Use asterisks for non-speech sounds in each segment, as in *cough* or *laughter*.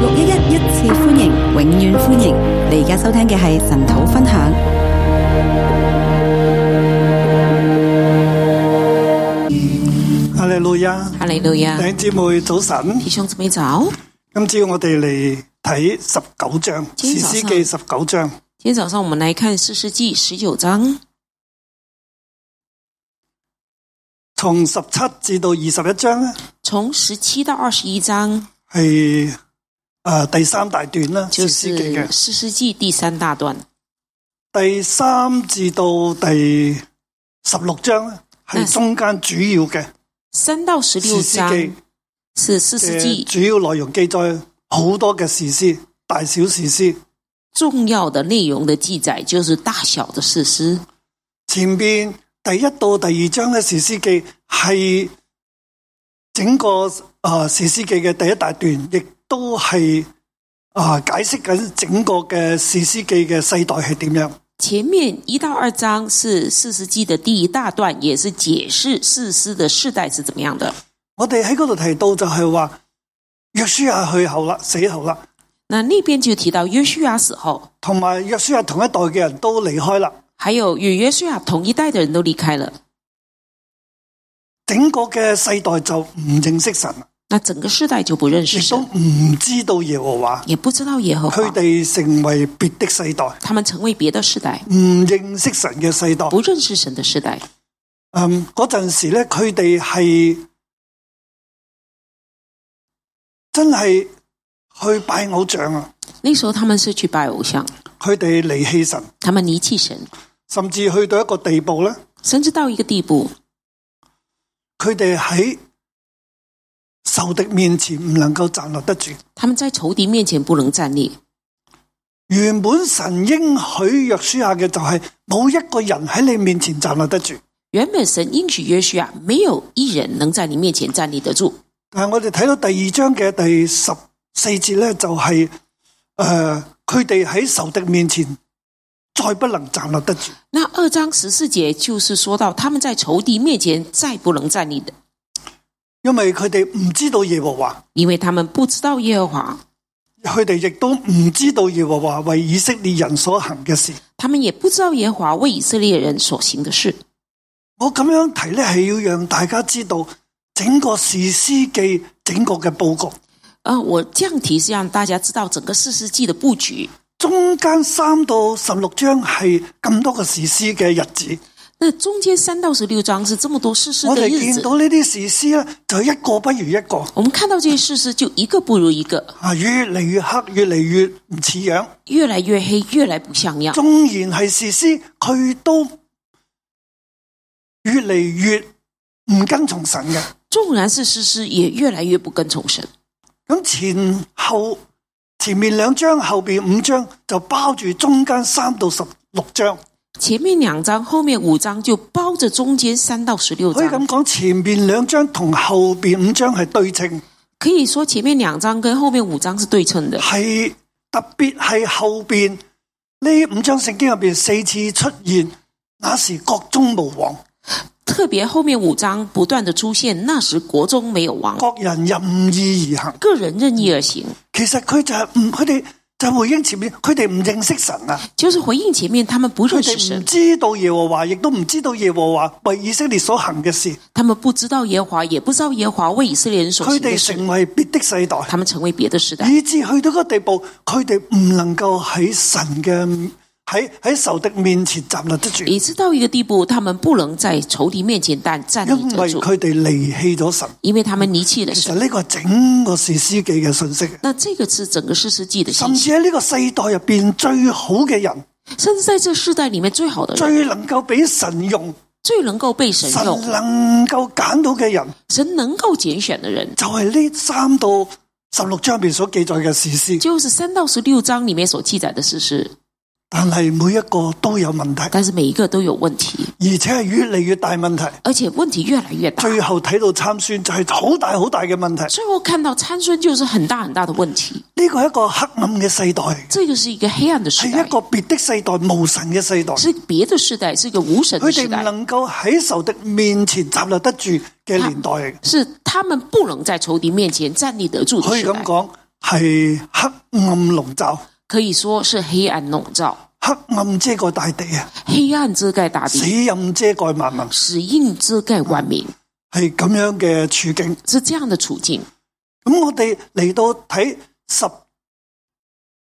六一一一次歡迎，永遠歡迎！你而家收聽嘅係神土分享。哈利路亞，哈利路弟亞，兄姊妹早晨。弟兄姊妹早。今朝我哋嚟睇十九章《今朝早上士師記》十九章。今天早上我们来看《四世纪》十九章，從十七至到二十一章咧，从十七到二十一章，係呃第三大段啦，《就士師記》是《嘅四世纪》第三大段。第三至到第十六章咧，嗯係中間主要嘅三到十《六士章師是《四記世》纪嘅》主要內容，記載好多嘅士師，大小士師。重要的内容的记载，就是大小的事师。前边第一到第二章咧，《士師記》係整個啊《士師記》嘅第一大段，亦都係啊解釋緊整個嘅《士師記》嘅世代係點樣。前面一到二章是《四世纪》的第一大段，也是解释士师的世代是怎么样的。我哋喺嗰度提到就係話，約書亞去後啦，死後啦，那那边就提到约书亚死后，同埋約書亞同一代嘅人都離開啦。还有与约书亚同一代的人都离开了，整個嘅世代就唔認識神，那整个世代就不认识亦都神。唔知道耶和華，也不知道耶和华佢，哋成為別的世代，他们成为别的世代，唔認識神嘅世代。不认识神的世代。嗯，嗰陣時咧，佢哋係真係去拜偶像啊！那时候他们是去拜偶像，佢哋離棄神，他们离弃神，甚至去到一個地步咧，甚至到一个地步，佢哋喺仇敵面前唔能夠站立得住。他们在仇敌面前不能站立。原本神應許約書亞嘅就係冇一個人喺你面前站立得住，原本神应许约书亚，没有一人能在你面前站立得住。但係我哋睇到第二章嘅第十四節咧，就係、呃佢哋喺仇敵面前再不能站立得住。那二章十四节就是说到他们在仇敌面前再不能站立的，因为佢哋唔知道耶和华，因为他们不知道耶和华，佢哋亦都唔知道耶和华为以色列人所行嘅事。他们也不知道耶和华为以色列人所行的事。我咁样提呢，系要让大家知道整个士师记整个嘅布局，啊，我这样提是让大家知道整个四世纪的布局。中间三到十六章系咁多个士师嘅日子。那中间三到十六章是这么多世事我的哋日见子，到呢啲士师呢，就一个不如一个，我们看到这些世事就一个不如一个，啊，越嚟越黑，越嚟越唔似样。越来越黑，越来不像样。纵然系士师，佢都越嚟越唔跟从神嘅。纵然是世事，也越来越不跟从神。咁前後前面兩章，後边五章就包住中間三到十六章，前面两章，后面五章就包着中间三到十六可以咁章，講，前面兩章同後边五章係對稱，可以说前面两章跟后面五章是对称的。係特別係後边呢五章聖經入边四次出現，那時國中無王，特别后面五章不断的出现，那时国中没有王，各人任意而行。个人任意而行，其實佢就係唔，佢哋就回應前面，佢哋唔認識神啊，就是回应前面他们不佢认识哋唔神，知道耶和華，亦都唔知道耶和華為以色列所行嘅事，他们不知道耶和华，也不知道耶和华为以色列人所佢行的哋事，成為別的世代。他们成为别的时代。以至去到嗰個地步，佢哋唔能夠喺神嘅喺喺仇敵面前站立得住，以致到一个地步，他们不能在仇敌面前站站因立得為住，佢哋離棄咗神。因为他们离弃了其實神。呢個係整個士師記嘅信息，那这个是整个四世纪的甚信息，至喺呢個世代入邊最好嘅人，甚至在这世代里面最好的人，最能夠俾神用、最能够被神神用、能夠揀到嘅人，神能够拣选的人，就係呢三到十六章入邊所記載嘅士師。就是三到十六章里面所记载的事实。但係每一個都有問題，但是每一个都有问题，而且係越嚟越大問題。而且问题越来越大。最後睇到參孫就係好大好大嘅問題。最后看到参孙就是很大很大的问题，呢個係一個黑暗嘅世代，这个是一个黑暗的係时代一個，別的世代、無神嘅世代。是别的世代，是一个无神的佢时哋唔代，能夠喺仇敵面前站立得住嘅年代嚟。啊是他们不能在仇敌面前站立得住的可以时咁代。講，係黑暗籠罩，可以说是黑暗笼罩，黑暗遮蓋大地啊，黑暗遮盖大死地，蔭遮蓋萬民，死荫遮盖万民，係咁樣嘅處境。是这样的处境。咁我哋嚟到睇十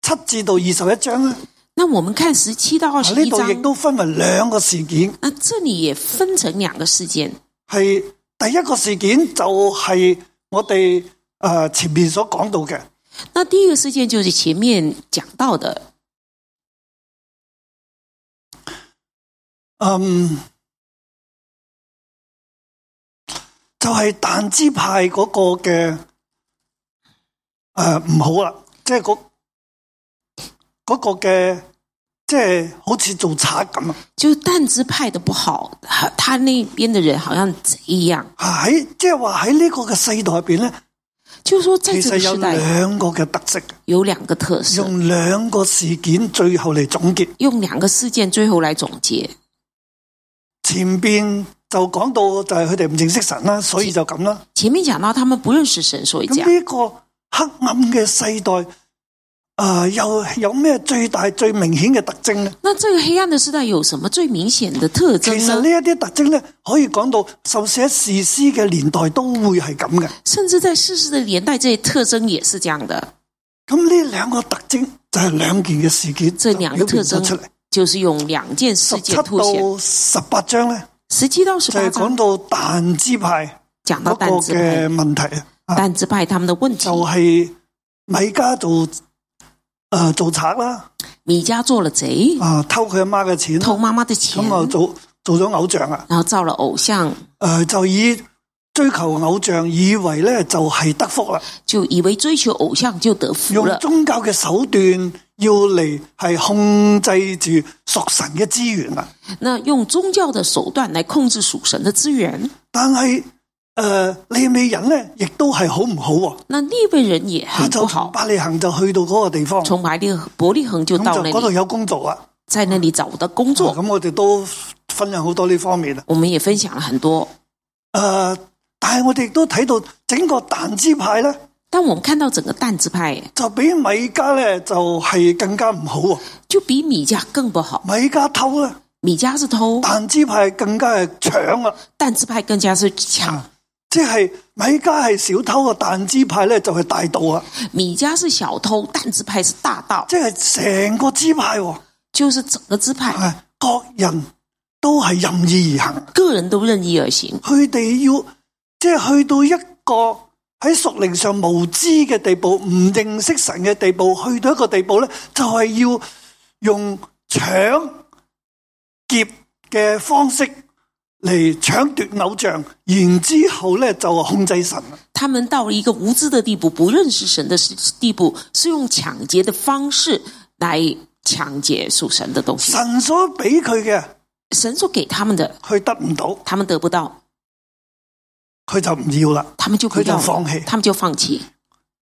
七至到二十一章咧，啊那我们看十七到二十呢一度亦章，都分為兩個事件，那这里也分成两个事件。係第一個事件就係我哋诶、呃前面所講到嘅，那第一个事件就是前面讲到的，嗯，就係但支派嗰個嘅诶唔好啦，即係嗰嗰個嘅，即係好似做賊咁啊！就是但支派的不好，他他那边的人好像贼一样。啊喺即係話喺呢個嘅世代入边咧，就是说，在其这實个有时代兩個嘅特色，有兩個特色，用兩個事件最後嚟總結。用兩個事件最後來總結。前邊就講到就係佢哋唔認識神啦，所以就咁啦。前面講到他們不認識神，所以這咁樣。呢個黑暗嘅世代，啊、又有咩最大最明顯嘅特徵呢？那這個黑暗的時代有什麼最明顯的特其徵實呢呢？一啲特徵呢，可以講到，甚至喺士師嘅年代都會係咁嘅。甚至在世世的年代，這些特徵也是這樣的。咁呢兩個特徵就係兩件嘅事件，這兩個就特表現咗出徵嚟。就是用兩件十事七件凸顯。到十八章呢，十七到十就八係講章到但支派講到嗰個但支嘅派，問題啊。但支派他們的問就題，係米家做誒、呃做賊啦，米迦做了賊，啊偷佢阿媽嘅錢啦，偷媽媽的錢咁，啊做做咗偶像啊，然後造了偶像，誒、呃就以追求偶像，以為咧就係得福啦，就以為追求偶像就得福用了。宗教嘅手段要嚟係控制住屬神嘅資源啊，那用宗教的手段來控制屬神的資源，但係誒利未人咧亦都係好唔好喎、那利未人也很不就從好。巴利行就去到嗰個地方，咁从伯利伯利恒就到就那嗰度里，有工作啊，在那里找的工咁、作，我哋都分享好多呢方面啊。我们也分享了很多。诶、但系我哋亦都睇到整個但支派咧，但我们看到整个但支派就比米家咧就係更加唔好喎。就比米迦更不好，米家偷咧，米迦是偷，但支派更加係搶啦。但支派更加是抢。即係米家係小偷啊，但支派咧就係大盜啊！米迦是小偷，但支派是大盗，即係成個支派、喎，就是整个支派係各人都係任意而行。个人都任意而行，佢哋要即係去到一個喺屬靈上無知嘅地步，唔認識神嘅地步，去到一個地步咧，就係要用搶劫嘅方式嚟搶奪偶像，然之后咧就控制神。他们到了一个无知的地步，不认识神的地步，是用抢劫的方式来抢劫属神的东西。神所俾佢嘅，神所给他们的，佢得唔到，他们得不到，佢就唔要啦。他们就不佢就要了放棄他们就放弃。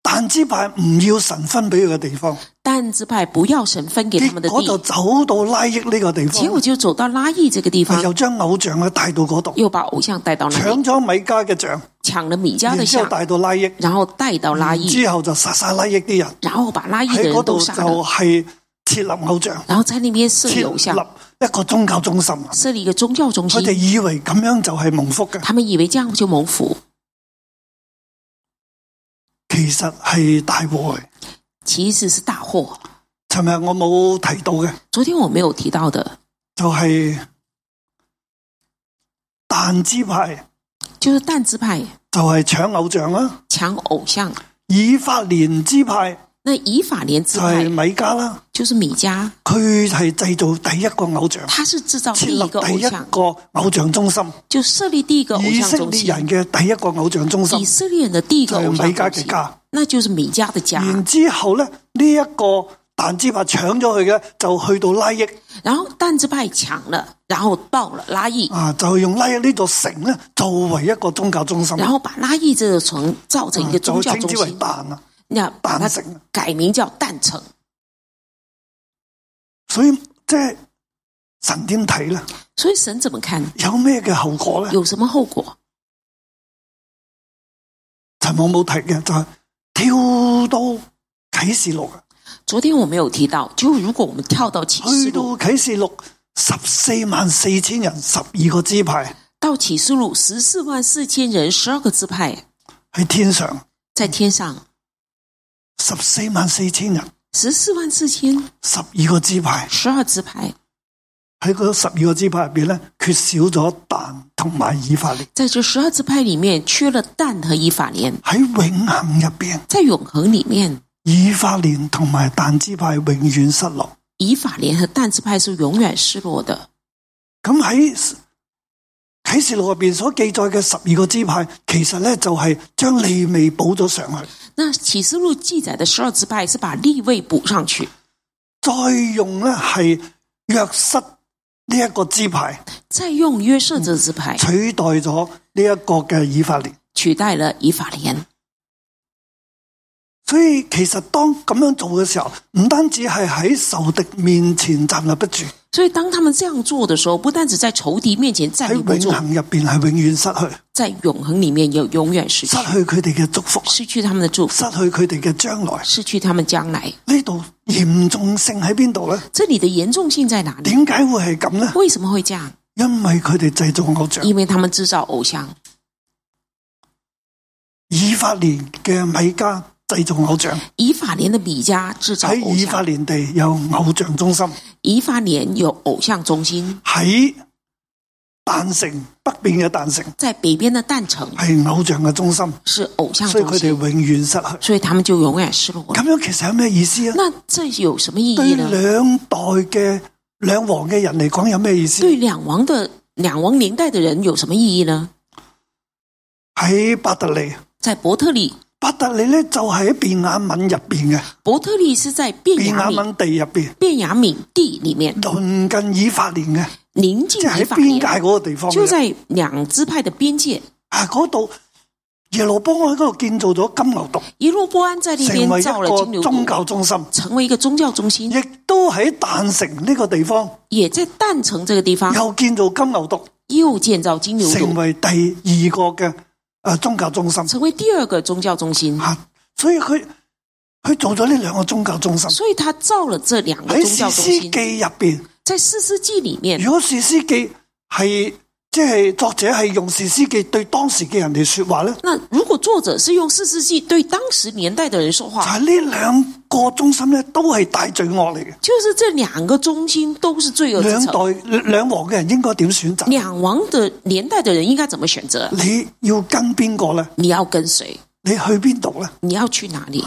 但支派唔要神分俾佢嘅地方，但支派不要神分给他们的結果就地，走到拉益呢個地结果方，就走到拉意这个地方，又將偶像啊帶到嗰度，又把偶像带到那里搶，咗米家嘅像。抢了米迦然的之後像，帶到拉益，然后带到拉意，之後就殺晒拉益啲人，然后把拉意的嗯喺人嗰都度杀就了，係設立偶像，然后在那边设立偶設像，立一個宗教中心。设立一个宗教中佢心哋。以為咁樣就係蒙福嘅，他们以为这样就蒙福，其實係大禍嚟。其实是大祸。尋日我冇提到嘅，昨天我没有提到的，就係但支派就是但支派就係搶偶像啦，抢偶像，以法蓮支派那以法莲支就係派米迦啦，就是米迦，佢係製造第一個偶像，他是制造哦設第一个立偶第一像，個偶像中心，就设立第一个偶以像色中列心。人嘅第一個偶像中心以。色列人的第一就个係偶米像迦中嘅心，家，嗯那就是米迦的家。然之後咧，呢、一個但支派搶咗佢嘅，就去到拉益然後但支派搶了，然後到了拉意，啊，就用拉益呢座城咧作為一個宗教中心，然後把拉意这個城造成一個宗嗯就教稱中之為心，但啊。那把它但城改名叫但城。所以即係神點睇咧？所以神怎麼看？有咩嘅後果咧？有什麼後果？陳望冇提嘅就係、跳到啟示錄啊，昨天我没有提到，就如果我们跳到启示去到录，啟示錄十四萬四千人，十二個支派到启示录十四万四千人，十二个支派喺天上，在天上，十四萬四千人，十四万四千，十二個支派十二支派，喺嗰十二個支派入邊咧，缺少咗但同埋以法蓮。在这十二支派里面缺了但和以法莲，喺永恒入邊，在永恒里面，以法蓮同埋但支派永遠失落。以法莲和但支派是永远失落的。咁喺啟示錄入邊所記載嘅十二個支派，其實咧就係將利未補咗上去，那启示录记载的十二支派是把立位补上去，再用咧係約瑟呢一個支派再用约瑟这支派取代咗呢一個嘅以法蓮。取代了以法莲。所以其實當咁樣做嘅時候，唔單止係喺仇敵面前站立不住，所以当他们这样做的时候，不但只在仇敌面前站喺立不住永，恒入邊係永遠失去，在永恒里面也永远失去失，去佢哋嘅祝福，失去他们的祝福，失去佢哋嘅將來。失去他们将来。呢度嚴重性喺邊度呢？这里的严重性在哪里？點解會係咁呢？为什么会这样？因為佢哋製造偶像，因为他们制造偶像，以法蓮嘅米迦製造偶像，以法莲的米迦制造喺偶哎以法像，蓮地有偶像中心，以法莲有偶像中心，喺但城北邊嘅但城在北边的但城係偶像嘅中心，是偶像所以中佢哋心，永遠失去。所以他们就永远失落了咁。樣其實有咩意思啊？那这有什么意對义呢？兩代嘅兩王嘅人嚟講有咩意思？对两王的两王年代的人有什么意义呢？喺伯特利，在伯特利，伯特利呢就係喺便雅敏入邊嘅，伯特利是在便便雅雅敏敏地入邊，便雅敏地里面，鄰近以法蓮嘅。临近即係以喺法邊界莲，嗰個地方嘅就在兩支派的邊界。啊，嗰度耶路波安喺嗰度建造咗金牛犢，耶路波安在那成為边一造了金個牛宗犊，教中心，成為一個宗教中心，亦都喺但城呢個地方也在但城这个地方又建造金牛犢，又建造啊金牛成犊，為第二個嘅诶宗教中心成為第二個宗教中心。啊，所以佢佢做咗呢兩個宗教中心所以他造了这兩個喺宗教史中詩心，記入边。在四世纪里面，如果史詩記係即係作者係用史詩記對當時嘅人嚟说話咧，那如果作者是用四世纪对当時年代的人說就話，係呢兩個中心咧都係大罪惡嚟嘅。就是這兩個中心都是罪惡兩之城。代兩王嘅人應該點選擇？兩王的年代的人應該怎麼選擇？你要跟邊個咧？你要跟誰？你去邊度咧？你要去哪里？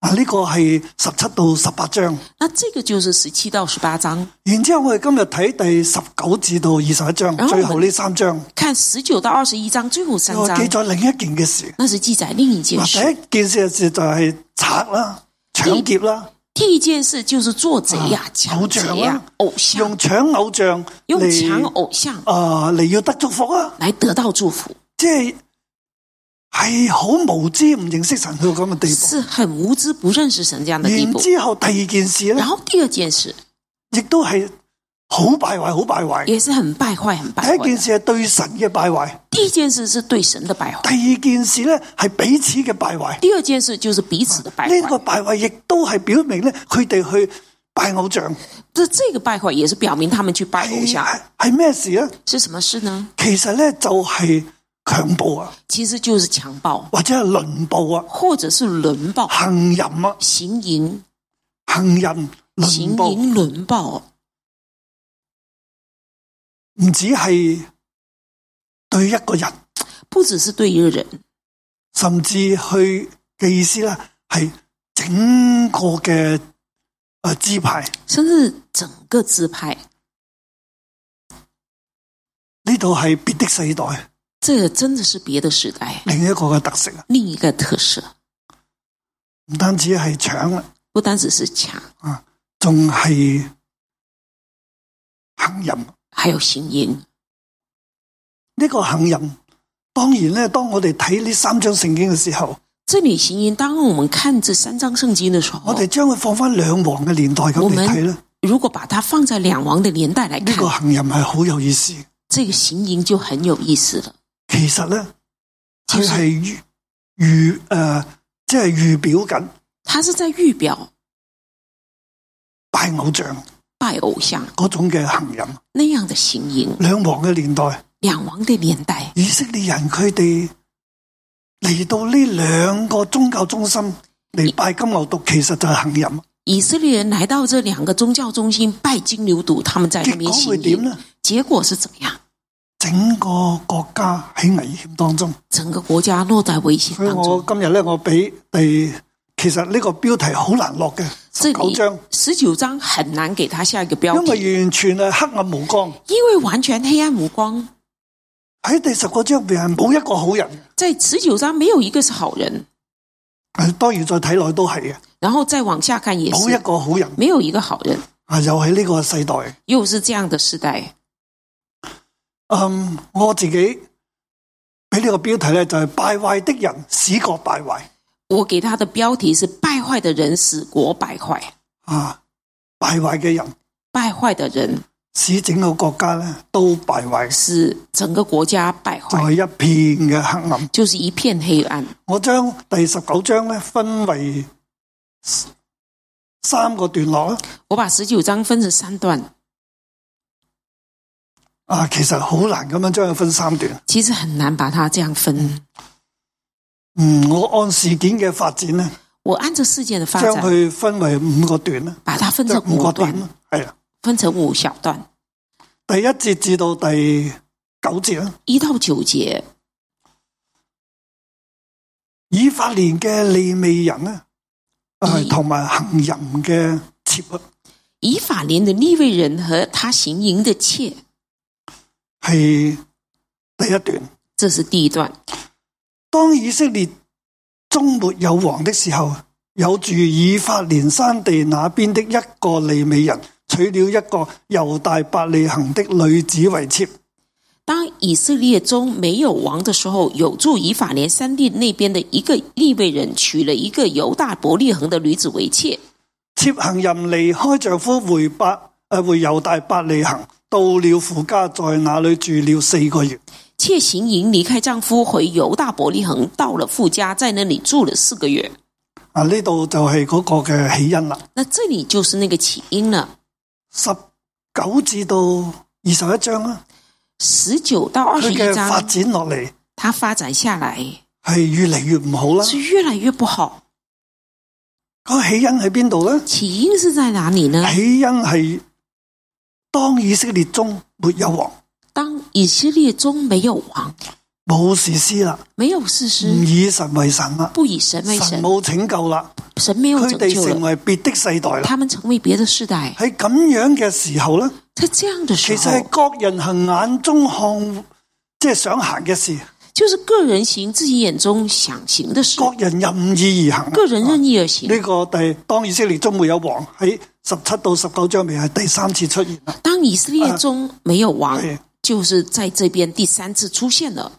啊，呢個係十七到十八章，那这个就是十七到十八章，然之后我哋今日睇第十九至到二十一章，然後最後呢三章，看十九到二十一章，最后三我章記載另一件嘅事。那是记载另一件事。嗱，第一件事嘅事就係賊啦、搶劫啦，第一件事就是做贼呀、抢偶像劫呀啊、偶像，用搶偶像用抢嚟偶像啊嚟要得祝福啊，来得到祝福，即係係好無知唔認識神去到咁嘅地步。是很无知不认识神这样的地然步。之後第二件事咧然，后第二件事亦都係好敗壞、好敗壞。也是很败坏、很败第一坏件的。事係對神嘅敗壞。第一件事是对神的败坏，第二件事咧係彼此嘅敗壞，第二件事就是彼此的败呢、個坏。敗壞亦都係表明咧佢哋去拜偶像，这这个败坏也是表明他们去拜偶像係係咩事咧？是什么事呢？其實咧就係強暴啊，其实就是强暴，或者係輪暴啊，或者是轮暴、行淫啊，行淫、行淫輪行暴，淫轮暴，唔止係對一個人，不只是对一个人，甚至去嘅意思咧係整個嘅诶支派。甚至整个支派。呢度係別的世代这个真的是别的时代另一個嘅特色啊，另一个特色，唔單止係搶啦。不单只是抢，啊，仲係行淫。啊呢、还有行淫。個行淫，當然咧，當我哋睇呢三章聖經嘅時候，这里行淫，当我们看这三章圣经的时候我，哋將佢放翻兩王嘅年代咁我嚟们睇咧，呢、如果把它放在两王的年代来呢看，個行淫係好有意思。这个行淫就很有意思了。其實咧，佢其實呃係預預诶，即係預表緊他是在预表拜偶像拜偶像嗰種嘅行淫。那样的行淫。兩王嘅年代，两王的年代，以色列人佢哋嚟到呢兩個宗教中心嚟拜金牛犢，其實就係行淫。以色列人来到这两个宗教中心拜金牛犊，他们在那結边果會行點淫，呢？结果是怎样？整個國家喺危險當中。整个国家落在危险所以当哎我中。今日咧，我俾第其實呢個標題好難落嘅这十九里章，十九章很难给他下一个标因题，為完全係黑暗無光。因为完全黑暗无光。喺第十個章入边係冇一個好人嘅，在十九章没有一个是好人，诶，哎当然再睇落都係嘅，然后再往下看也冇一是個好人没有一个好人，啊！又喺呢個世代，又是这样的时代。嗯，我自己俾呢個標題咧，就係敗壞的人使國敗壞我给他的标题是“败坏的人使国败坏啊！敗壞嘅人”，败坏的人使整個國家咧都敗壞，使整个国家败就坏，係一片嘅黑暗。就是一片黑暗。我將第十九章咧分為三個段落啦。我把十九章分成三段，啊，其實好難咁樣將佢分三段。其实很难把它这样分。嗯，我按事件嘅發展咧，我按照事件的发將展，佢分為五個段啦，把它分即成係五五个個段段，啦，係啦。分成五小段，第一節至到第九節啦，一到九节。以法蓮嘅利未人咧，啊以同埋行淫嘅妾啊，以法莲的利未人和他行淫的妾，係第一段。这是第一段。當以色列中沒有王的時候，有住以法蓮山地那邊的一個利美人，娶了一個猶大伯利恒的女子為妾。当以色列中没有王的时候，有住以法莲山地那边的一个利未人娶了一个犹大伯利恒的女子为妾，妾行淫離開丈夫回伯诶、呃回猶大伯利恒，到了父家，在那裏住了四個月。妾行淫离开丈夫回犹大伯利恒，到了富家，在那里住了四个月。啊，呢度就係嗰個嘅起因啦。那这里就是那个起因了。十九至到二十一章啦，十九到二佢十一嘅發章，展落嚟它发展下来係越嚟越唔好啦。是越来越不好。嗰個起因喺邊度呢？起因是在哪里呢？起因系当以色列中没有王，当以色列中没有王，冇士师啦，没有事唔实，以神为神啦，不以神嗯为嗯神神，冇拯救啦，神没有佢拯哋救成了，为别的世代啦。他们成为别的世代。喺咁样嘅时候咧，在这样的时其实系候，各人行眼中看，即系想行嘅事，就是个人行自己眼中想行的事各，啊人任意而行。啊个人任意而行。呢个第当以色列中没有王喺十七到十九章未系第三次出现啦。当以色列中没有王对，就是在这边第三次出现了。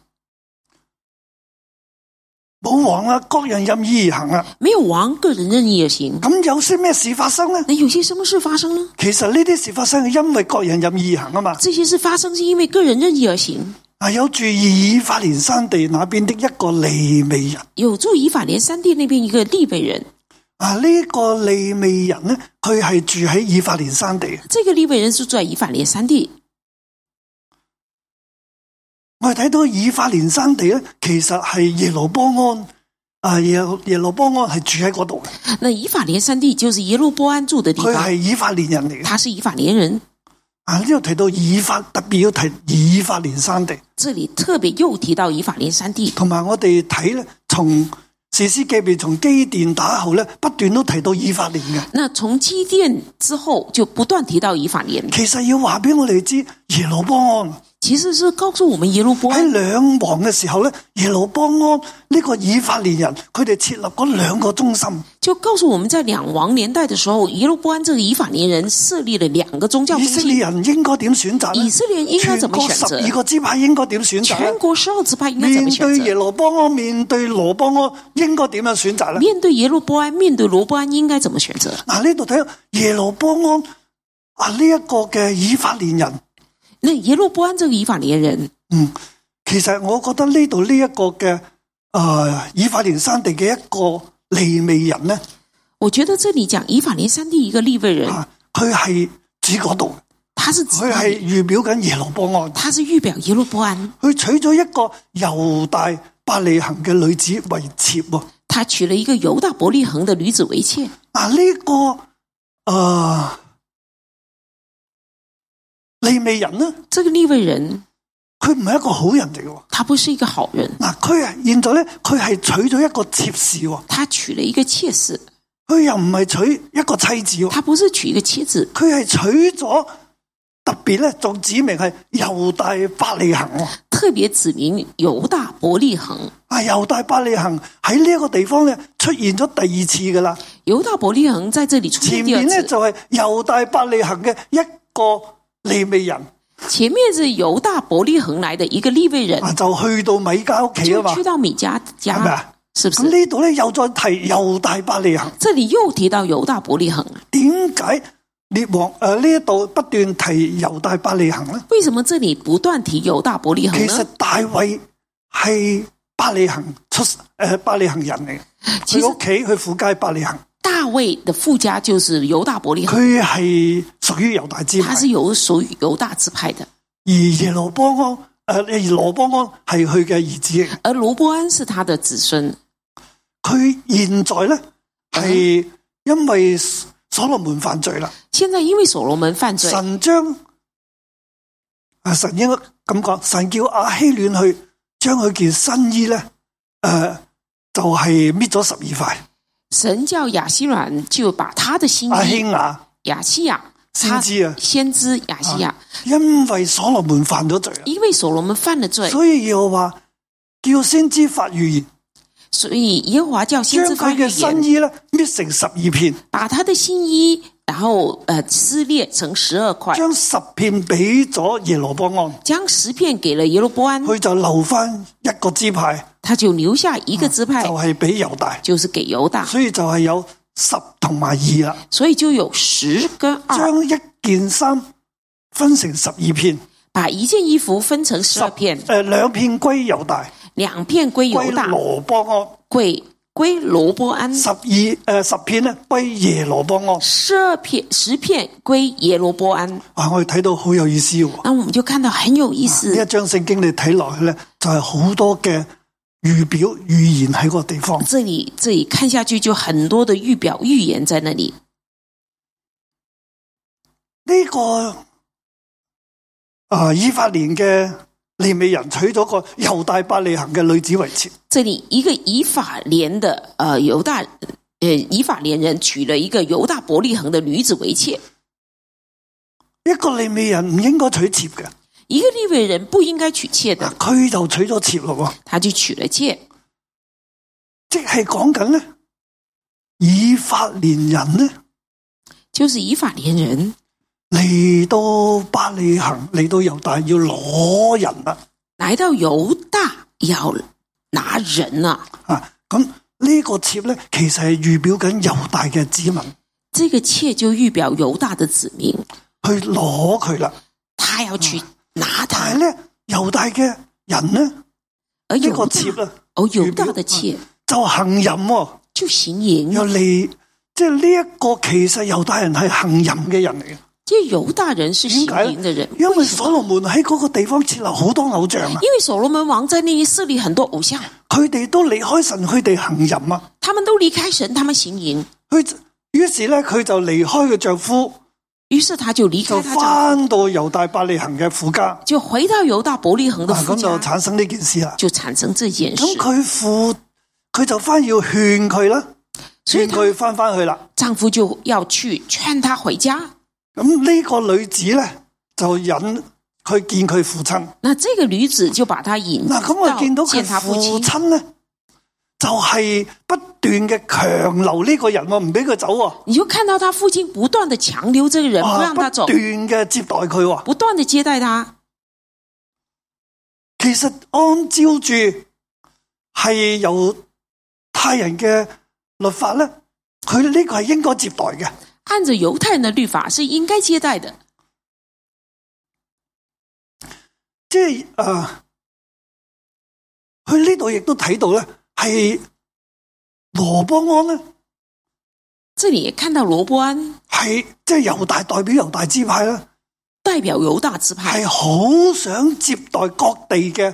冇王啦，各人任意而行啦。没有王，个人任意而行。咁有些咩事发生呢？那有些什么事发生呢？其实呢啲事发生系因为各人任意而行啊嘛。这些事发生是因为个人任意而行。啊，有住以法蓮山地那邊的一個利未人，有住以法莲山地那边一个利未人，啊呢、個利未人呢，佢係住喺以法蓮山地嘅。这个利未人是住在以法莲山地。我哋睇到以法蓮山地咧，其實係耶路波安，啊耶耶路波安係住喺嗰度嘅，那以法莲山地就是耶路波安住的地佢方係，以法蓮人嚟嘅。他是以法莲人。啊呢度提到以法，特別要提以法蓮山地，这里特别又提到以法莲山地，同埋我哋睇咧，從史詩記面從基甸打後咧，不斷都提到以法蓮嘅。那从基甸之后就不断提到以法莲，其實要話俾我哋知，耶路波安。其实是告诉我们耶路波喺安兩王嘅時候咧，耶路波安呢個以法蓮人，佢哋設立嗰兩個中心，就告诉我们在两王年代的时候，耶路波安这个以法莲人设立了两个宗教中以色心列。人應該點選擇呢以色列人应该怎么选择全國十二個支派應該點選擇全呢国十二支派应该怎么面选對耶择？路波安，面對羅波安，應該點樣選擇呢？面对耶路波安，面对罗波安，应该怎么选择？嗱，呢度睇到耶路波安啊，呢、一個嘅以法蓮人，那耶路波安这个以法莲人，嗯，其實我覺得呢度呢一個嘅啊、呃以法蓮山地嘅一個利未人呢，我觉得这里讲以法莲三地一个利未人，啊，佢係指嗰度，他是指佢係預表緊耶路波安。他是预表耶路伯安，佢娶咗一個猶大伯利恒嘅女子為妾喎。他娶了一个犹大伯利恒的女子为妾。嗱、呢、個啊、利未人呢，这个利未人佢唔係一個好人嚟嘅喎。他不是一个好人，嗱，佢啊，現在咧，佢係娶咗一個妾侍喎，他娶了一个妾室，佢又唔係娶一個妻子喎，他不是娶一个妻子，佢係娶咗特別咧，仲指明係猶大伯利恒喎。特别指明犹大伯利恒。啊，猶大伯利恒喺呢一個地方咧出現咗第二次噶啦，犹大伯利恒在这里出前现第面二咧次，就係猶大伯利恒嘅一個利未人前面是犹大伯利恒来的一个利未人，啊，就去到米家屋企啊呃就嘛去。到米迦係咪家啊，是不咁是？呢度咧又再提猶大伯利恒，这里又提到犹大伯利恒，點解列王誒呢一度不斷提猶大伯利恒咧？为什么这里不断提犹大伯利恒其實呢？大衛係伯利恒出誒、呃、伯利恒人嚟嘅，其佢實屋企佢父家係伯利恒，大卫的父家就是犹大伯利恒，佢係屬於猶大支派他，是由属于犹大支派的，而耶路波安誒、呃、而羅波安係佢嘅兒子嚟嘅，而罗伯安是他的子孙。佢現在咧嗯係因為所羅門犯罪啦，现在因为所罗门犯罪，神將啊神應該咁講，神叫阿希亂去將佢件新衣咧誒、呃就係搣咗十二塊，神叫亚希软就把他的新阿希衣亞。亚希亚先知啊他先知亚希亚，因为所罗门犯咗罪啦，因为所罗门犯了罪，所以要话叫先知发预言，所以耶和华叫先将知发佢预嘅新言，衣咧搣成十二片，把他的新衣然后呃撕裂成十二块，将十片俾咗耶罗波安，将十片给了耶罗波安，佢就留翻一个支派，他就留下一个支派，就系俾犹大，就是给犹大，所以就系有十同埋二啦，所以就有十跟二，将一件衫分成十二片，把一件衣服分成十二片，诶两片归犹大，两片归归犹大，罗波安，归归罗波安。十二诶十片咧归耶罗波安，十二片十片归耶罗波安，啊我哋睇到好有意思喎。那我们就看到很有意呢一思。章聖經你睇落去咧，就係好多嘅預表預言喺個地方。这里这里看下去就很多的预表预言在那里。呢、個啊以法蓮嘅利美人娶咗個猶大伯利恒嘅女子為妾，这里一个以法莲的呃犹大呃以法莲人娶了一个犹大伯利恒的女子为妾，一個利美人唔應該娶妾嘅，一个利未人不应该娶妾嗱的，佢就娶咗妾咯喎，他就娶了妾。即係講緊咧以法蓮人咧就是以法莲人嚟到伯利恒，嚟到猶大要攞人啦。来到犹大要拿人啊，啊，咁呢個妾咧，其實係預表緊猶大嘅子民这个妾就预表犹大的子民，去攞佢啦。他要去拿但他系，咧，猶大嘅人咧，呢、而呢犹個大妾啊，而犹大的妾就行淫、喎，就行淫，啊又嚟，即係呢一個其實猶大人係行淫嘅人嚟嘅，这犹大人是行點解淫的人咧，？因為所羅門喺嗰個地方設立好多偶像啊，因为所罗门王在那里设立很多偶像，佢哋都離開神，佢哋行淫啊，他们都离开神，他们行淫，佢於是咧佢就離開佢丈夫，于是他就离就开他丈夫，翻到猶大伯利恒嘅父家，啊就回到犹大伯利恒的夫咁家，就產生呢件事啦。就產生这件事咁。佢父佢就翻要勸佢啦，所以勸他佢翻翻去啦。丈夫就要去劝她回家。咁呢個女子咧就引佢見佢父親。那这个女子就把他引嗱，咁我見到到佢见他父父亲，親咧，就係不斷嘅強留呢個人喎，唔俾佢走喎，你就看到他父亲不断的强留这个人，不啊让不他走斷，嘅接待佢喎。不断的接待他。其實按照住係猶太人嘅律法咧，佢呢個係應該接待嘅。按着犹太人的律法是应该接待的，即係诶，呃佢呢度亦都睇到咧，係羅波安咧这里也看到罗伯安系即系犹大代表犹大支派啦，代表犹大支派，系好想接待各地嘅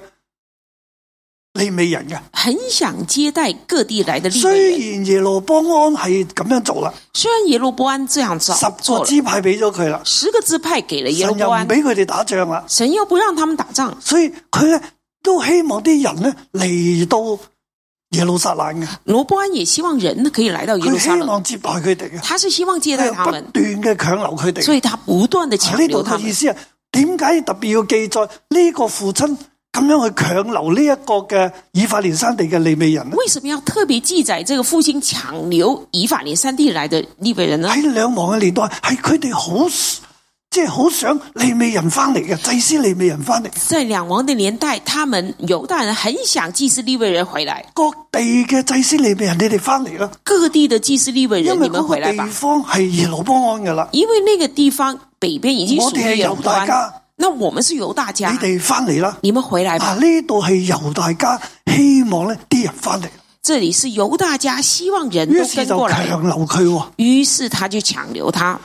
利美人嘅。很想接待各地来的利未虽人。然耶罗波安系咁样做啦，虽然耶罗波安这样做十做个了，支派俾咗佢啦，十个支派给了耶神罗又波唔安，俾佢哋打仗啦，神又不让他们打仗，所以佢咧都希望啲人咧嚟到耶路撒冷嘅，罗伯安也希望人可以来到耶路佢撒希冷，望接待佢哋嘅，他是希望接佢待又他哦哎不们断，嘅强留佢哋嘅。所以他不断的强喺呢留度他嘅们意。思啊，點解特別要記載呢個父親咁樣去強留呢一個嘅以法蓮山地嘅利未人呢？ *laughs* 为什么要特别记载这个父亲抢留以法莲山地来的利未人呢？喺兩王嘅年代，係佢哋好即係好想利未人翻嚟嘅，祭司利未人翻嚟，在两王的年代，他们犹大人很想祭司利未人回来，各地嘅祭司利未人，你哋翻嚟啦，各地的祭司利未因人，為你嗰们個回来地吧，方係耶羅波安噶啦，因为那个地方北边已经我属哋于係犹猶大大家，那我们是犹大你家，哋啊翻嚟啦。你们回来吧。嗱，呢度係猶大家希望呢啲人翻嚟，这里是犹大家，希望人於都是跟就过来，強留佢喎。于是他就抢留他。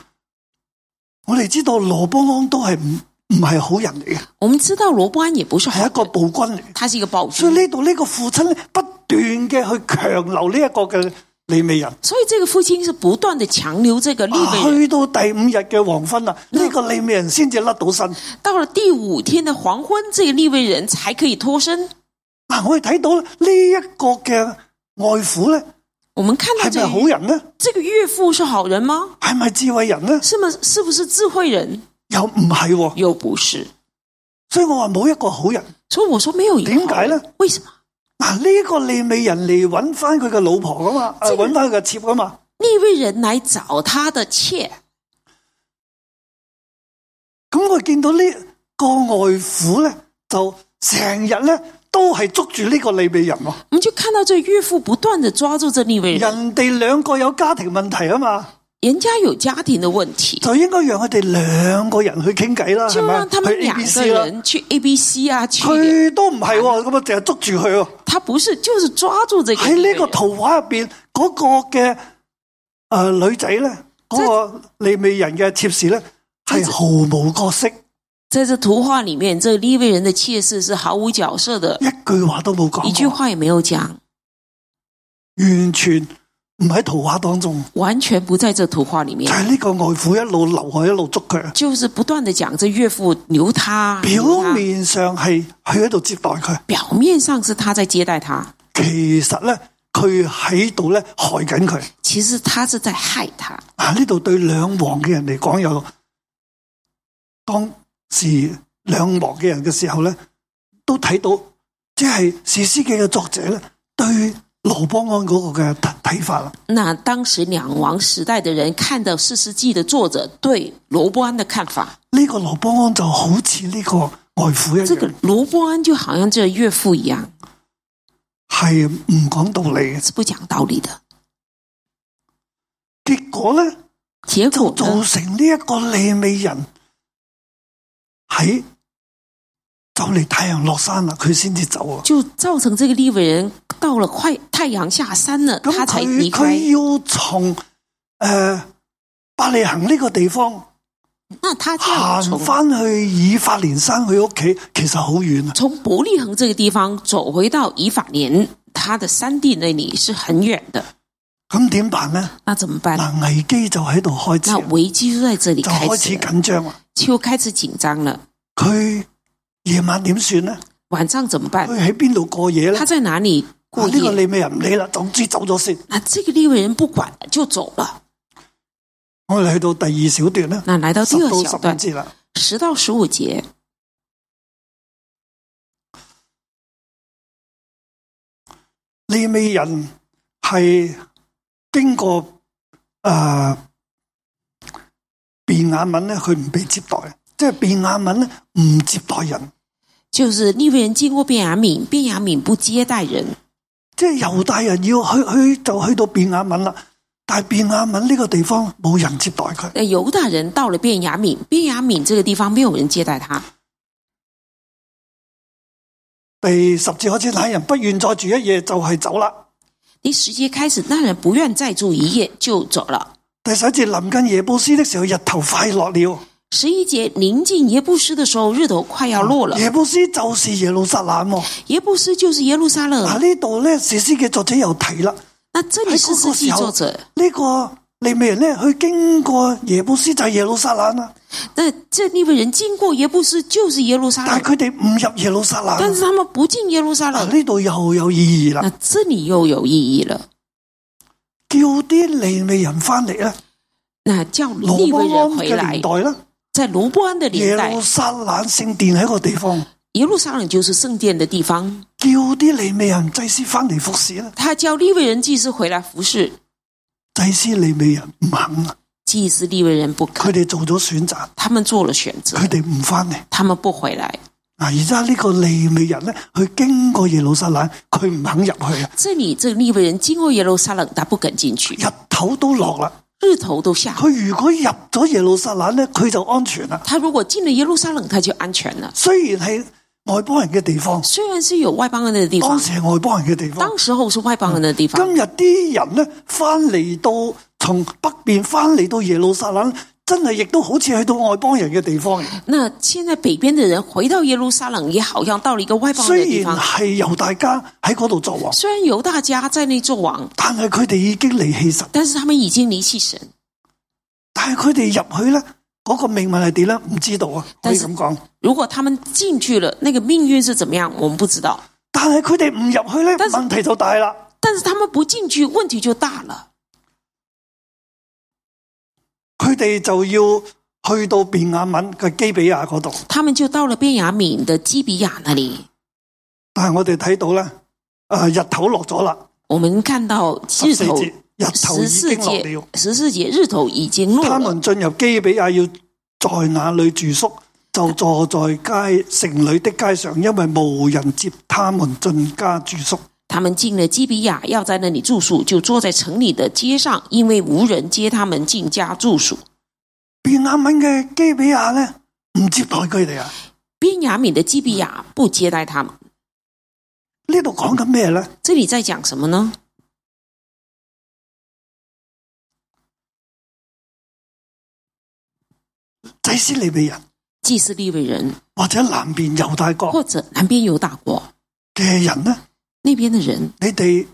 我哋知道羅波安都係唔唔係好人嚟嘅，我们知道罗伯安也不是係好一個人，暴君嚟嘅。他是一个暴哎所以君，呢度呢個父親咧不斷嘅去強留呢一個嘅利未人，所以这个父亲是不断的强留这个利啊未人。去到第五日嘅黃昏啦，呢、個利未人先至甩到身。到了第五天的黄昏，这个利未人才可以脱身。嗱、啊我哋睇到呢一個嘅外父咧，我们看到係这咪个好人呢？这个岳父是好人吗？係咪智慧人呢？是吗？是不是智慧人？又唔係喎。又不是。所以我話冇一個好人。所以我说没有一个点解好人呢？为什么嗱、呢、個利未人嚟揾翻佢嘅老婆噶嘛，誒即係揾翻佢嘅妾噶嘛，利未人来找他的妾？咁佢見到呢個外父咧，就成日咧都係捉住呢個利未人喎。我们就看到这岳父不断的抓住这利未人，人哋兩個有家庭問題啊嘛，人家有家庭的问题，就應該讓佢哋兩個人去傾偈啦，係就让他咪？们去 A 两 B 个 C 啦，人去 A、B、C 啊，去的。佢都唔係喎，咁啊，淨係捉住佢喎。他不是，就是抓住这个利喺未呢個人。圖畫入邊，嗰、個嘅誒、呃女仔咧，嗰、個利美人嘅妾侍咧，係毫無角色，在这图画里面，这个利未人的妾室是毫无角色的，一句話都冇一句講過，话也没有讲，完全唔喺圖畫當中。完全不在这图画里面就。係呢個外父一路留佢，一路捉佢。就是不断的讲这岳父留他，留表他面上係佢喺度接待佢，表面上是他在接待他，其實咧佢喺度咧害緊佢。其实他是在害他。啊！呢度對兩王嘅人嚟講，有當時兩王嘅人嘅時候咧，都睇到即係史詩記嘅作者咧對羅邦安嗰個嘅睇睇法啦。那当时两王时代的人看到《四世纪》的作者对罗伯安的看法，呢、個羅邦安就好似呢個外父一这个樣，罗伯安就好像这岳父一样，係唔講道理嘅。是不讲道理的。結果咧结就果造呢，成呢一個利美人喺就嚟太陽落山啦，佢先至走啊。就造成这个利未人到了快太阳下山了，咁他才佢离开。佢要从诶、呃伯利恒呢个地方那他这样行从翻去以法莲山佢屋企，其实好远啊！从伯利恒这个地方走回到以法莲，他的山地那里是很远的。咁点办呢？那怎么办？嗱，危机就喺度开始那啦，危机就在这里就开开始啊始了，紧张啦。就开始紧张了。佢夜晚点算呢？晚上怎么办佢？喺边度过夜呢他？在哪里啊过呢、哎個个夜？利美人唔理啦，总之走咗先。那这个利未人不管了，就走了。我哋去到第二小段啦，那来到十第二到十小五段，节啦。十到十五节，利美人系经过诶、呃、便雅敏咧，佢唔被接待，即系便雅敏咧唔接待人，就是利未人经过便雅敏，便雅敏不接待人，即系犹大人要去去就去到便雅敏啦，但系便雅敏呢个地方冇人接待佢，那犹大人到了便雅敏，便雅敏这个地方没有人接待他。第十节开始，那人不愿再住一夜就系走啦，第十节开始，那人不愿再住一夜，就走了。第十一节臨近耶布斯的時候，日頭快落了。十一节临近耶布斯的时候，日头快要落了。啊耶布斯就是耶路撒冷喎。耶布斯就是耶路撒嗱冷。呢度咧，史詩嘅作者又提啦，那这里喺是嗰個世纪時候，作者，呢、個利未人咧，佢經過耶布斯就係耶路撒冷啦，那这利未人经过耶布斯就是耶路撒但冷，係佢哋唔入耶路撒但冷。是他嗯们不进耶路撒嗱冷。呢度又有意義啦那，这里又有意义了。叫啲利未人翻嚟咧，那叫羅利波未人安回嘅来年，代啦，在罗伯安的耶年代路，撒冷聖殿喺個地方，耶路撒冷就是圣殿的地方。叫啲利未人祭司翻嚟服侍啦，他叫利未人祭司回来服侍，祭司利未人唔肯啊，祭司利未人不佢肯，哋做咗選擇，他们做了选择佢，哋唔翻嚟。他们不回来。嗱，而家呢個利未人咧，佢經過耶路撒冷，佢唔肯入去啊，这里这个利未人经过耶路撒冷，他不肯进去，日頭都落啦。日头都下。佢如果入咗耶路撒冷咧，佢就安全啦。他如果进了耶路撒冷，他就安全了。雖然係外邦人嘅地方，虽然是有外邦人的地當方，時係外邦人嘅地方当。时候是外邦人的地方，今日啲人咧翻嚟到從北邊翻嚟到耶路撒冷，真係亦都好似去到外邦人嘅地方嚟。那现在北边的人回到耶路撒冷，也好像到了一个外邦人的雖地然方。係由大家喺嗰度作王，虽然犹大家在那做王，但係佢哋已經離棄神。但是他们已经离弃神。但係佢哋入去咧，嗰、個命運係點咧？唔知道啊，可以咁講。如果他们进去了，那个命运是怎么样，我们不知道。但係佢哋唔入去咧，但是問題就大啦。但是他们不进去，问题就大了。佢哋就要去到便雅敏嘅基比亞嗰度。他们就到了便雅敏的基比亚那里。但係我哋睇到咧，啊日頭落咗啦，我们看到十日四头節日頭十已四經落节了。十四节日头已经落他了。們進入基比亞要在那裏住宿，就坐在街城裏的街上，因為無人接他們進家住宿。他们进了基比亚，要在那里住宿，就坐在城里的街上，因为无人接他们进家住宿。便雅敏嘅基比亞咧唔接待佢哋啊！便雅敏的基比亚不接待他们。呢度講緊咩咧？这里在讲什么呢？祭司利未人既是利未人，或者南邊猶大國或者南边犹大国嘅人咧，那边的人，你哋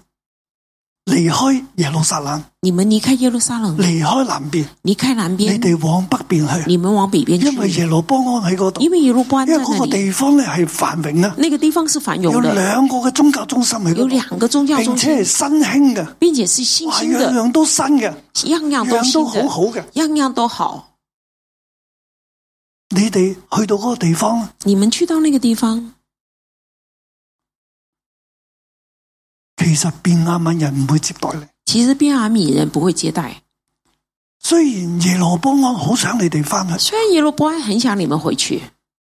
離開耶路撒冷，你们离开耶路撒冷，離開南邊，离开南你边，哋往北邊去。你们往北边去，因為耶路波安喺嗰度，因为耶路波安因在為嗰那個里，地方咧係繁榮啦，那个地方是繁有荣的，兩個嘅宗教中心喺有嗰度，两个宗教並中且心，係新興嘅，并且是新哇，兴樣的，樣都新嘅，样样都樣新都好的，好嘅。样样都好。你哋去到嗰個地方，你们去到那个地方，其實便雅敏人唔會接待你。其实便雅悯人不会接待。雖然耶路波安好想你哋翻去，虽然耶路伯安很想你们回去，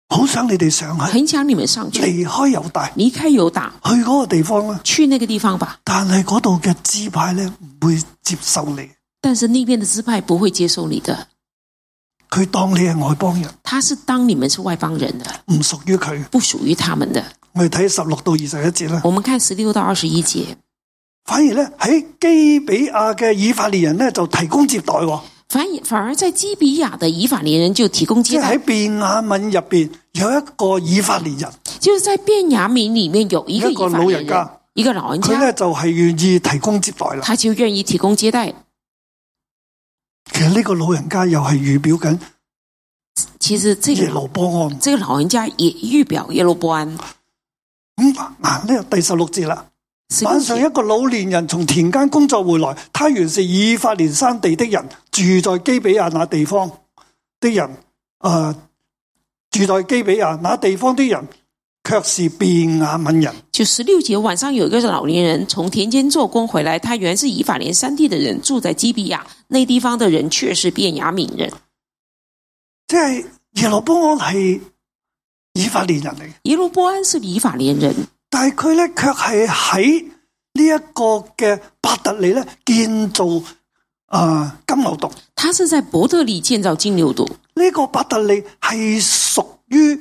好想你哋上去，很想你们上去離開猶大，离开犹大，去嗰個地方啦。去那个地方吧。但係嗰度嘅支派咧唔會接受你，但是那边的支派不会接受你的，佢當你係外邦人，他是當你们是外邦人的，唔屬於佢。不屬於他們的。我哋睇十六到二十一節啦。我们看十六到二十一节，反而咧喺基比亞嘅以法列人咧就提供接待喎、反反而在基比亚的以法连人就提供即接係待喺，便雅敏入边有一個以法列人，就是在便雅明里面有一个一以个法老连人人家，一个老人佢家咧，就係願意提供接待啦。他就愿意提供接待。其實呢個老人家又係預表緊其实这耶个路波安。这个老人家也预表耶罗波安。咁嗱呢個第十六節啦，十六晚上一节，個老年人從田間工作回來，他原是以法蓮山地的人，住在基比亞那地方的人，诶、住在基比亞那地方的人，卻是便雅敏人。就十六节晚上有一个老年人从田间做工回来，他原是以法连山地的人，住在基比亚，那地方的人却是便雅悯人。即系耶路波安系以法蓮人嚟嘅，耶罗波安是以法连人，但系佢咧却系喺呢一個嘅伯特利咧建造啊、呃金牛洞。他是在伯特利建造金牛犊。呢、個伯特利係屬於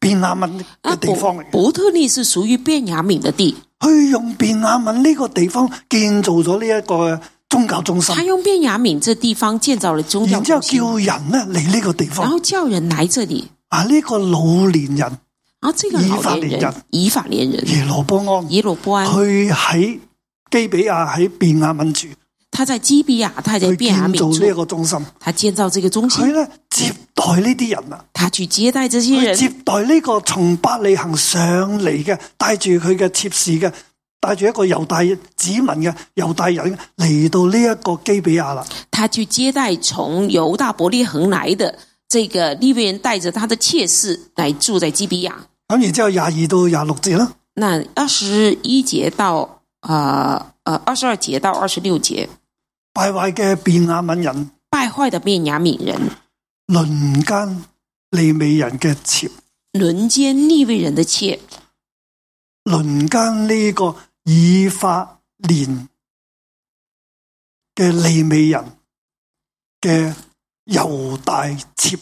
便雅悯啊，嘅地伯啊方嚟嘅，嗯伯特利是属于便雅敏的地，去用便雅憫呢個地方建造咗呢一個宗教中心他，用便雅敏这地方建造了宗教然之後中心，叫人咧嚟呢個地然方后叫人来这里。啊！呢、個老年人然后这个老年以法莲人人，以法连人耶羅波安，耶罗波安，佢喺基比亞喺便雅憫住，他在基比亚，他在去便雅建敏造住呢，一個中心，他建造这个中佢心，咧接待呢啲人啊。他去接待这些佢接人，待呢個從百里行上嚟嘅，帶住佢嘅妾侍嘅，帶住一個猶大子民嘅猶大人嚟到呢一個基比亞啦。他去接待从犹大伯利恒来的这个利未人，带着他的妾室来住在基比亚。咁然之後廿二到廿六節啦，那二十一节到呃呃二十二节到二十六节，敗壞嘅便雅憫人败坏的便雅敏人輪奸利美人嘅妾，轮奸利未人的妾，輪奸呢個以法蓮嘅利美人嘅猶大妾。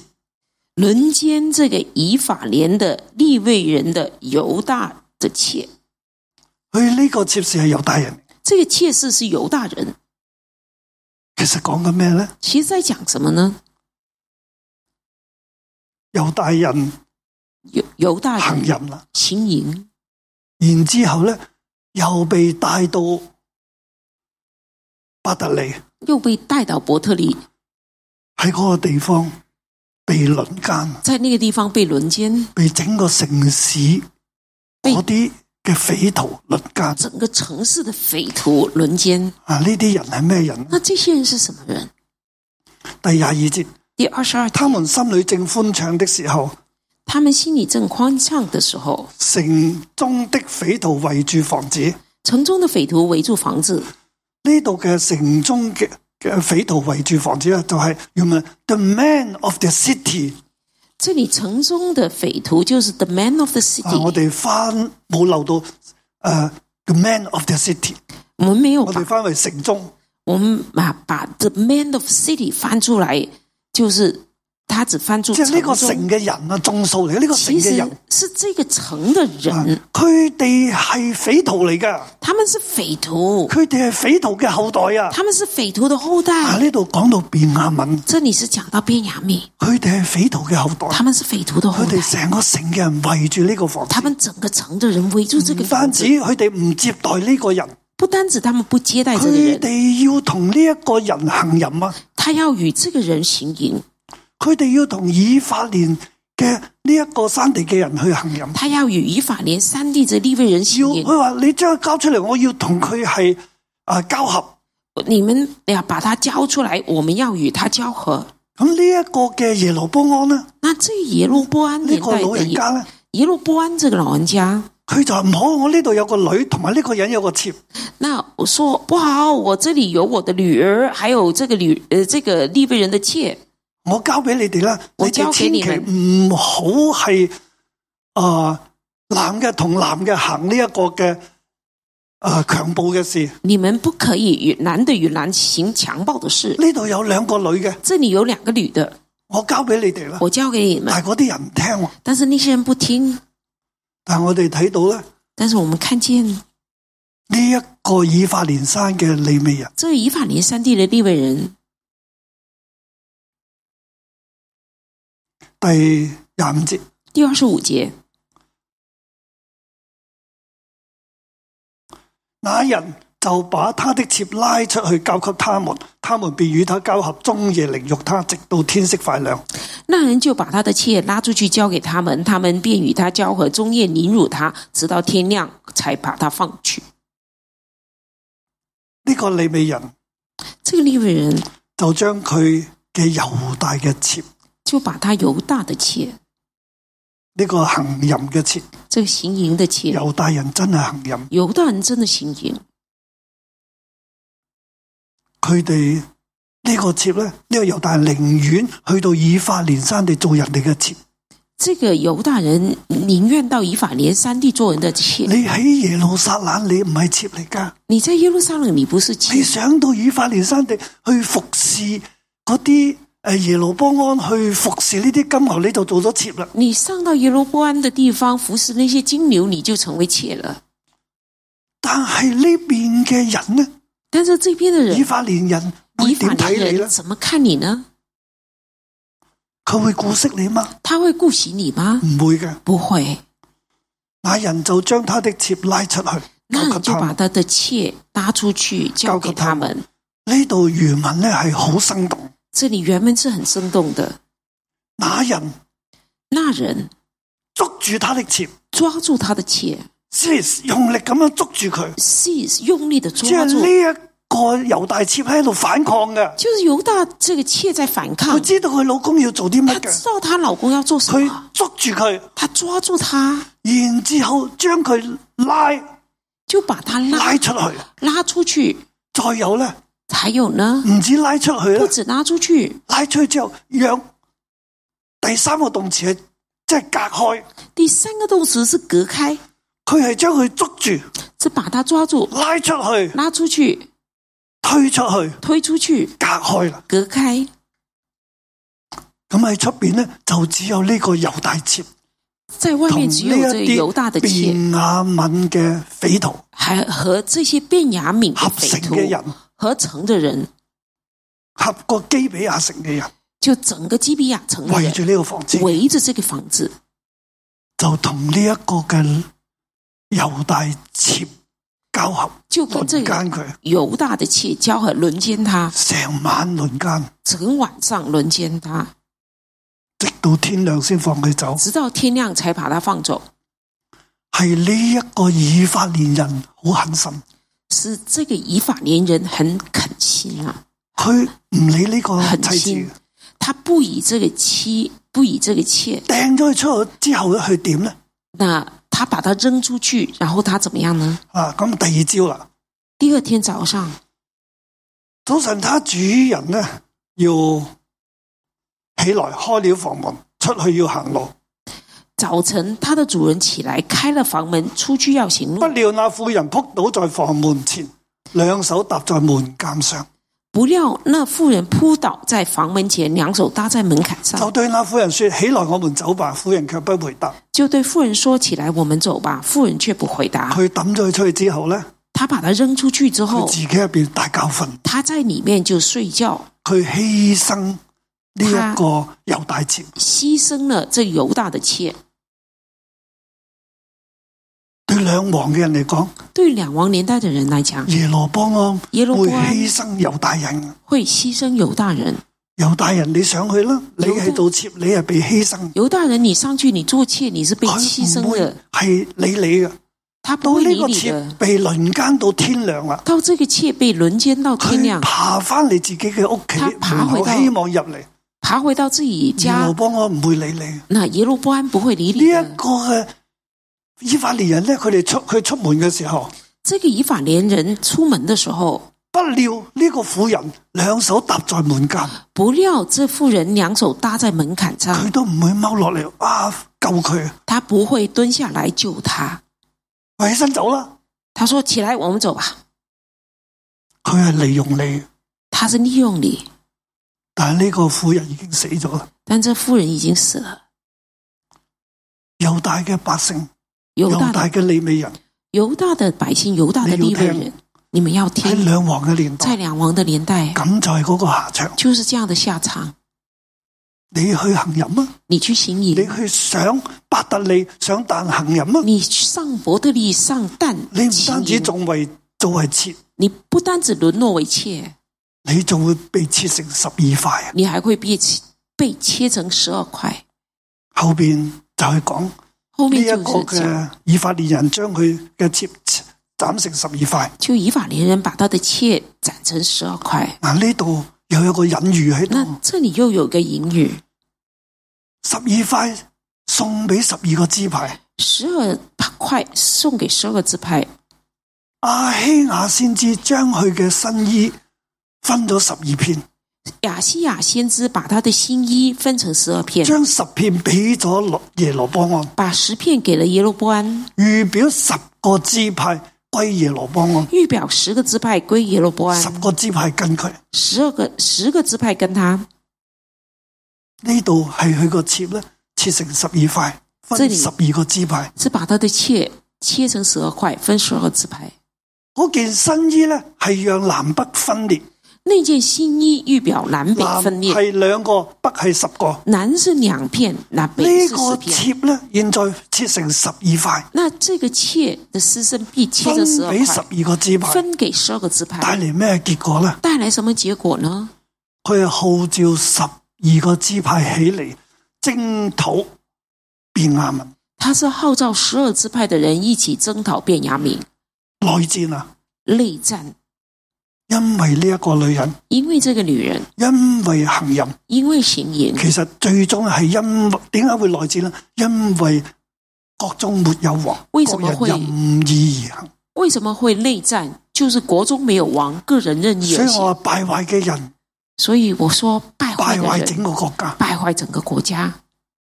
轮奸这个以法莲的利未人的犹大的妾。佢呢個妾侍係猶大人，这个妾室是犹大人，其實講緊咩咧？其实在讲什么呢？猶大人犹犹大人行淫啦。行淫，然之后咧又被帶到巴特利又被带到伯特利，喺嗰個地方被輪奸，在那个地方被轮奸，被整個城市被嗰啲嘅匪徒輪奸整个城市的匪徒轮奸。啊！呢啲人係咩人？那这些人是什么人？第廿二節，第二十二他他們心裏正歡暢的時候，他们心里正欢畅的时候，城中的匪徒圍住房子。城中的匪徒围住房子。呢度嘅城中嘅嘅匪徒圍住房子咧，啊就係原文 the man of the city 这里城中的匪徒就是 the man of the 啊！我 city，哋翻冇漏到诶、呃 the man of the city。我们没有我把哋翻為城中，我们把把 the man of city 翻出来，就是他只翻出即係呢個城中，城嘅人啊，眾數嚟嘅呢個其城嘅实嗯人，啊是这个城的人，佢哋係匪徒嚟噶，他们是匪徒，佢哋係匪徒嘅後代啊！他们是匪徒的后啊，代。呢度講到便雅敏，这里是讲到便雅悯，佢哋係匪徒嘅後代，他们是匪徒的后佢代，哋成個城嘅人圍住呢個房他子，们整个城的人围住这个唔單房止子，佢哋唔接待呢個人，不单止他们不接待这个佢人，哋要同呢一個人行淫啊，他要与这个人行淫，佢哋要同以法蓮嘅呢一個山地嘅人去行淫。他要与以法莲三地这利未人要行淫。佢話你將佢交出嚟，我要同佢係啊交合。你们俩把他交出来，我们要与他交合。咁呢一個嘅耶羅波安呢，那这耶路波安呢、年個代老的人耶家呢，耶路波安这个老人家，佢就話唔好，我呢度有個女，同埋呢個人有個妾，那我说不好，我这里有我的女儿，还有这个女呃这个利未人的妾，我交俾你哋啦，我你哋交俾千你祈們唔好係啊男嘅同男嘅行呢一個嘅啊強暴嘅事。你们不可以与男的与男行强暴的事。呢度有兩個女嘅，这里有两个女的，我交俾你哋啦。我交给你们，但係嗰啲人唔聽喎。但是那些人不听。但係我哋睇到咧，但是我们看见呢、一個以法蓮山嘅利未人，这以法莲三地的利未人，第廿五節，第二十五节，那人就把他的妾拉出去交给他们，他们便与他交合，中夜凌辱他，直到天色快亮。那人就把他的妾拉出去交给他们，他们便与他交合，终夜凌辱他，直到天亮才把他放去。呢、個利未人这个利未人就將佢嘅猶大嘅妾，呢、就把他犹大的妾，個行淫嘅妾，这个行淫的妾，猶大人真係行淫，犹大人真的行淫。佢哋呢個妾咧，呢、個猶大人寧願去到以法蓮山地做人哋嘅妾。这个犹大人宁愿到以法莲山地做人的妾，你喺耶路撒冷，你唔係妾嚟噶，你在耶路撒冷你不是妾你，想到以法蓮山地去服侍嗰啲诶耶路波安去服侍呢啲金牛，你就做咗妾啦。你上到耶罗波安的地方服侍那些金牛，你就成为妾了。但系呢边嘅人呢，但是这边的以人，法连人会以点法睇莲你呢人？怎么看你呢？佢会顾惜你吗？他会顾惜你吗？唔会嘅。不会。那人就将他的妾拉出去，那交你给就他把们。他的妾搭出去，交给他们。呢度渔民呢系好生动。这里原文是很生动的。那人那人捉住他的妾抓住他的妾， ，Sis 用力咁样捉住佢，是用力的即系抓住呢，一个犹大妾喺度反抗嘅。就是犹大这个妾在反佢抗。知道佢老公要做啲乜她啊知嘅，道她老公要做什么，佢捉住佢，她抓住他，然之后将佢拉嗯就把他拉拉嗯出去。拉出去。再有咧，还有呢，唔止拉出去不咧，止拉出去，拉出去之後，讓第三個動詞係即係隔開，第三个动词是隔开，佢係將佢捉住，是把他抓住，拉出去，拉出去，推出去，推出去，隔開啦。隔开。咁喺出边咧，就只有呢個猶大妾在外同呢面只有这一犹大的啲妾，便雅敏嘅匪徒还和这些便雅悯的合匪成徒嘅人，合成的人，合個基比亞城嘅人，就整个基比亚城的圍住人呢個房子，围着这个房子，就同呢一個嘅猶大妾交合，就跟輪这奸个佢，犹大的妾交合轮奸他，成晚輪奸，整晚上轮奸他。直到天亮先放佢走。直到天亮才把他放走，系呢一个以法連人好狠心，是这个以法连人很狠心啊，佢唔理呢個狠哦妻心子，，他不以这个妻，不以这个妾，掟咗佢出去之後咧，佢點咧？那他把他扔出去，然后他怎么样呢？啊，咁第二朝啦，第二天早上，早晨他主人咧要起來開了房門，出去要行路。早晨，他的主人起来开了房门，出去要行不路，料那婦人撲倒在房門前，兩手搭在門槛上，不料那妇人扑倒在房门前，两手搭在門槛就上，對那婦人說：起來，我們走吧。婦人卻不回答。就对妇人说：“起来，我们走吧。”妇人却不回答。佢抌咗佢出去之後咧，他把他扔出去之佢后自，己入边大覺瞓。他在里面就睡觉。佢犧牲呢一個猶大節，牺牲了这犹大的妾。對兩王嘅人嚟講，对两王年代的人来讲，耶羅波安耶羅會波安犧牲猶大人。会牺牲犹大人。猶大人你上去啦，你係盜妾，你係被犧牲，犹大人，你上去，你做妾，你是被牺佢唔牲會的，係理你嘅。他不哎到会呢理個你妾的。被輪奸到天亮啦，到这个妾被轮奸到天佢亮，爬翻嚟自己嘅屋企他爬門回口，到希望入嚟。爬回到自己耶羅家，波安唔會理你。呢那耶路波安不会理你一的。個嘅以法蓮人咧，佢哋出佢出門嘅時候，这个以法连人出门的时候，不料呢個婦人兩手搭在門間。不料这妇人两手搭在门槛上佢，都唔會踎落嚟啊救佢，他不会蹲下来救他。喂起身走啦！他说：“起来，我们走吧。佢係利用你，”他是利用你，但係呢個婦人已經死咗啦。但这妇人已经死了。猶大嘅百姓，犹大猶的大嘅利未人犹大的百姓、犹大的利未你要人听，你们要喺听，兩王嘅年在代，两王的年代咁就係嗰個下場。就是这样的下场。你去行淫啊！你去行你淫，去上伯特利上但行淫啊！你上伯特利、上但你唔行單止淫，仲為做為切，你不单只沦落为妾，你仲會被切成十二塊。啊你还会被切被切成十二块。後边就係講呢后面一就個是讲，嘅以法蓮人將佢嘅切斬成十二塊。就以法连人把他的妾斩成十二块。嗱，呢度又有個隱喻喺度那。这里又有个隐语：十二块送俾十二個支派。十二块送给十二个支派。阿希雅先知將佢嘅新衣分咗十二片，亚西亚先知把他的新衣分成十二片，將十片俾咗羅耶羅波安，把十片给了耶路波安。預表十個支派歸耶羅波安，预表十个支派归耶罗波十安，個支派跟佢。十二个十个支派跟他。呢度係佢個切咧，切成十二塊，這分裡十二個支派。是把他的妾切成十二块，分十二个支派。嗰件新衣咧係讓南北分裂，那件新衣预表南北南分裂，係兩個，北係十個。南是两片，南北呢是個十片。切咧，現在切成十二塊，那这个切的私生币切分这十二俾十块，二個支派，分给十二个支派帶，嚟咩結果咧？带来什么结果呢？佢係號召十二個支派起嚟征討便雅明他是号召十二支派的人一起征讨便雅悯內戰啊！内战，因為呢一個女人，因为这个女人，因為行淫，因为行淫，其實最終係因為點解會內戰呢？因為國中沒有王，為什麼國會人任意而行。为什么会内战？就是国中没有王，个人任意所而以我行。話敗壞嘅人所以我说，败坏敗的壞人整個國家，败坏整个国家，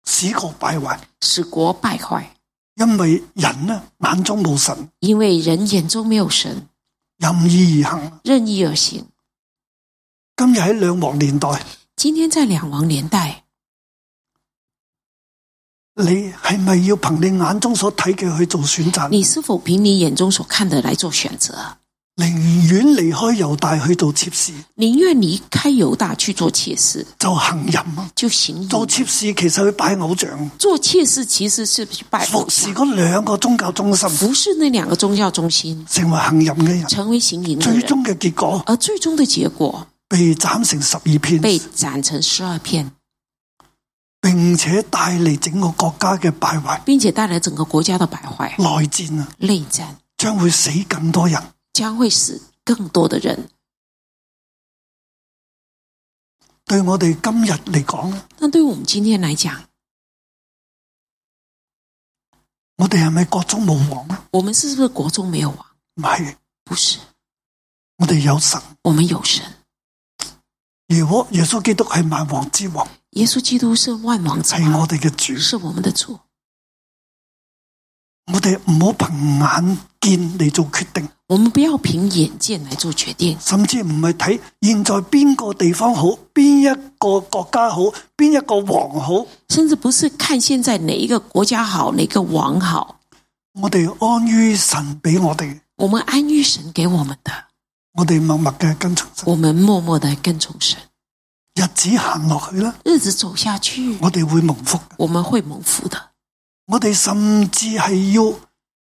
使國敗壞，使国败坏，因為人呢眼中冇神，因为人眼中没有神，任意而行。任意而行。今日喺兩王年代，今天在两王年代，你係咪要憑你眼中所睇嘅去做選擇？你是否凭你眼中所看的来做选择？寧願離開猶大去做妾侍，宁愿离开犹大去做妾室，就行淫啊！就行淫做妾侍其實去拜偶像，做妾室其实是去拜服偶像，侍嗰兩個宗教中心，服侍那两个宗教中心，成為行淫嘅人。成为行淫的最人，終嘅結果而最终的结果被斬成十二片，被斩成十二片，並且帶嚟整個國家嘅敗壞、并且带来整个国家的败坏、內戰啊，内战，將會死更多人。将会死更多的人。對我哋今日嚟講咧，那对我们今天来讲，我哋係咪國中無王咧？我们是不是国中没有王？唔係，不是，我哋有神。我们有神。如果耶穌基督係萬王之王，耶稣基督是万王之係王，我哋嘅主，是我们的主。我哋唔好憑眼見嚟做決定。我们不要凭眼见来做决定，甚至唔係睇現在邊個地方好，邊一個國家好，邊一個王好，甚至不是看现在哪一个国家好，哪个王好，我哋安於神俾我哋，我们安于神给我们的，我哋默默嘅跟從神，我们默默的跟从神，日子行落去啦，日子走下去，我哋會蒙福。我们会蒙福的。我哋甚至係要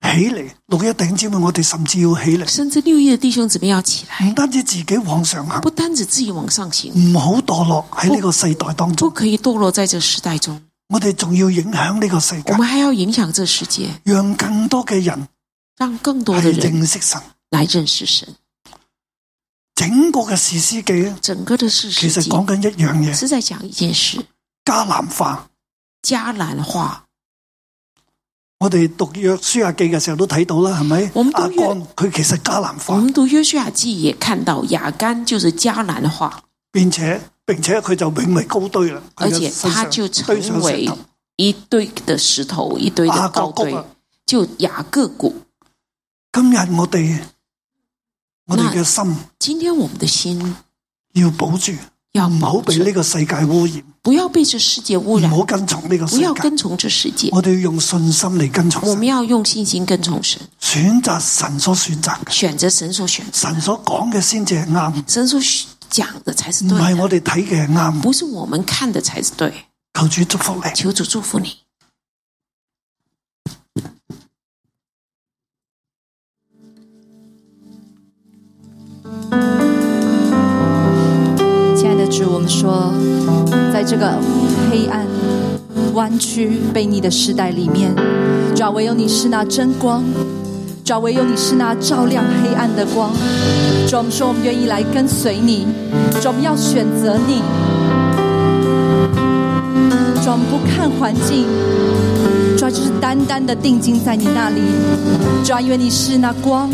起嚟，六一頂尖妹，我哋甚至要起嚟，甚至六一的弟兄姊妹要起来，唔單止自己往上行，不单止自己往上行，唔好墮落喺呢個世代當不中，可以堕落在这时代中，我哋仲要影響呢個世我界，们还要影响这世界，讓更多嘅人让更多的係人認識神。来认识神。整個嘅史詩記咧，整个的事其实實講緊一樣嘢，是在讲一件事：迦南化。迦南化。我哋讀約書亞記嘅時候都睇到啦，係咪？我們都阿約嗯干佢其實迦南我化，们读约书亚记也看到，雅干就是迦南化，並且並且佢就永為高堆啦。佢而嘅且身他上就堆上成石为頭一堆的石头，一堆雅的各高谷堆啊，就雅各谷。今日我哋我哋嘅心今天我们的心要保住，要唔好保俾准呢個世界污染，不要被这世界污唔染，好跟從呢個世不要界。跟从这世界。我哋要用信心嚟跟從我们神，要用信心跟从神，選擇神所選擇嘅，选择神所选择，神所講嘅先至係啱，神所讲的才是唔对係的，我哋睇嘅係啱。不是我们看的才是对。求主祝福你。求主祝福你。亲爱的主，我们说，在这个黑暗、弯曲、悖逆的时代里面，主啊，唯有你是那真光，主啊，唯有你是那照亮黑暗的光。主啊，我们说，我们愿意来跟随你，主啊，我们要选择你。主啊，我们不看环境，主啊，就是单单的定睛在你那里。主啊，因为你是那光，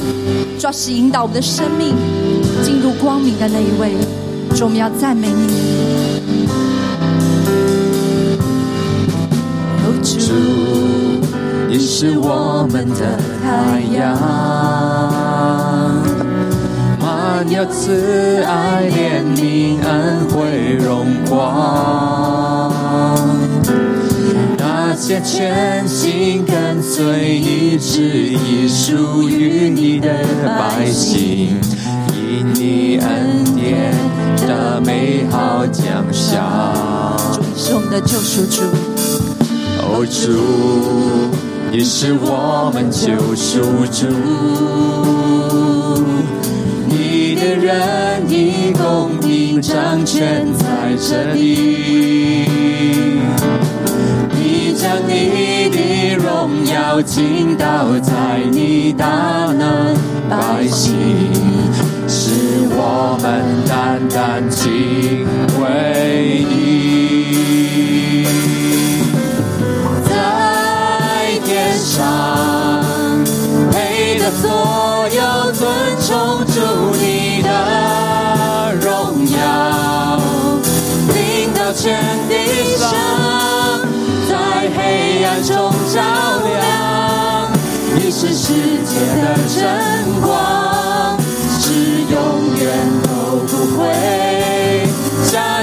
主啊，是引导我们的生命进入光明的那一位。主，我们要赞美你。哦，主，你是我们的太阳，满有慈爱、怜悯、安慰、荣光。那些却全心跟随你旨意，属于你的百姓，因你恩典的美好奖赏。主，你是我们的救赎主，哦，主，你是我们救赎主，你的仁义公平掌权在这里。你将你的荣耀倾倒在你大能百姓，使我们单单敬畏你。在天上，配得所有尊崇主你的荣耀，领到全地上，在黑暗中照亮，你是世界的真光，是永远都不会下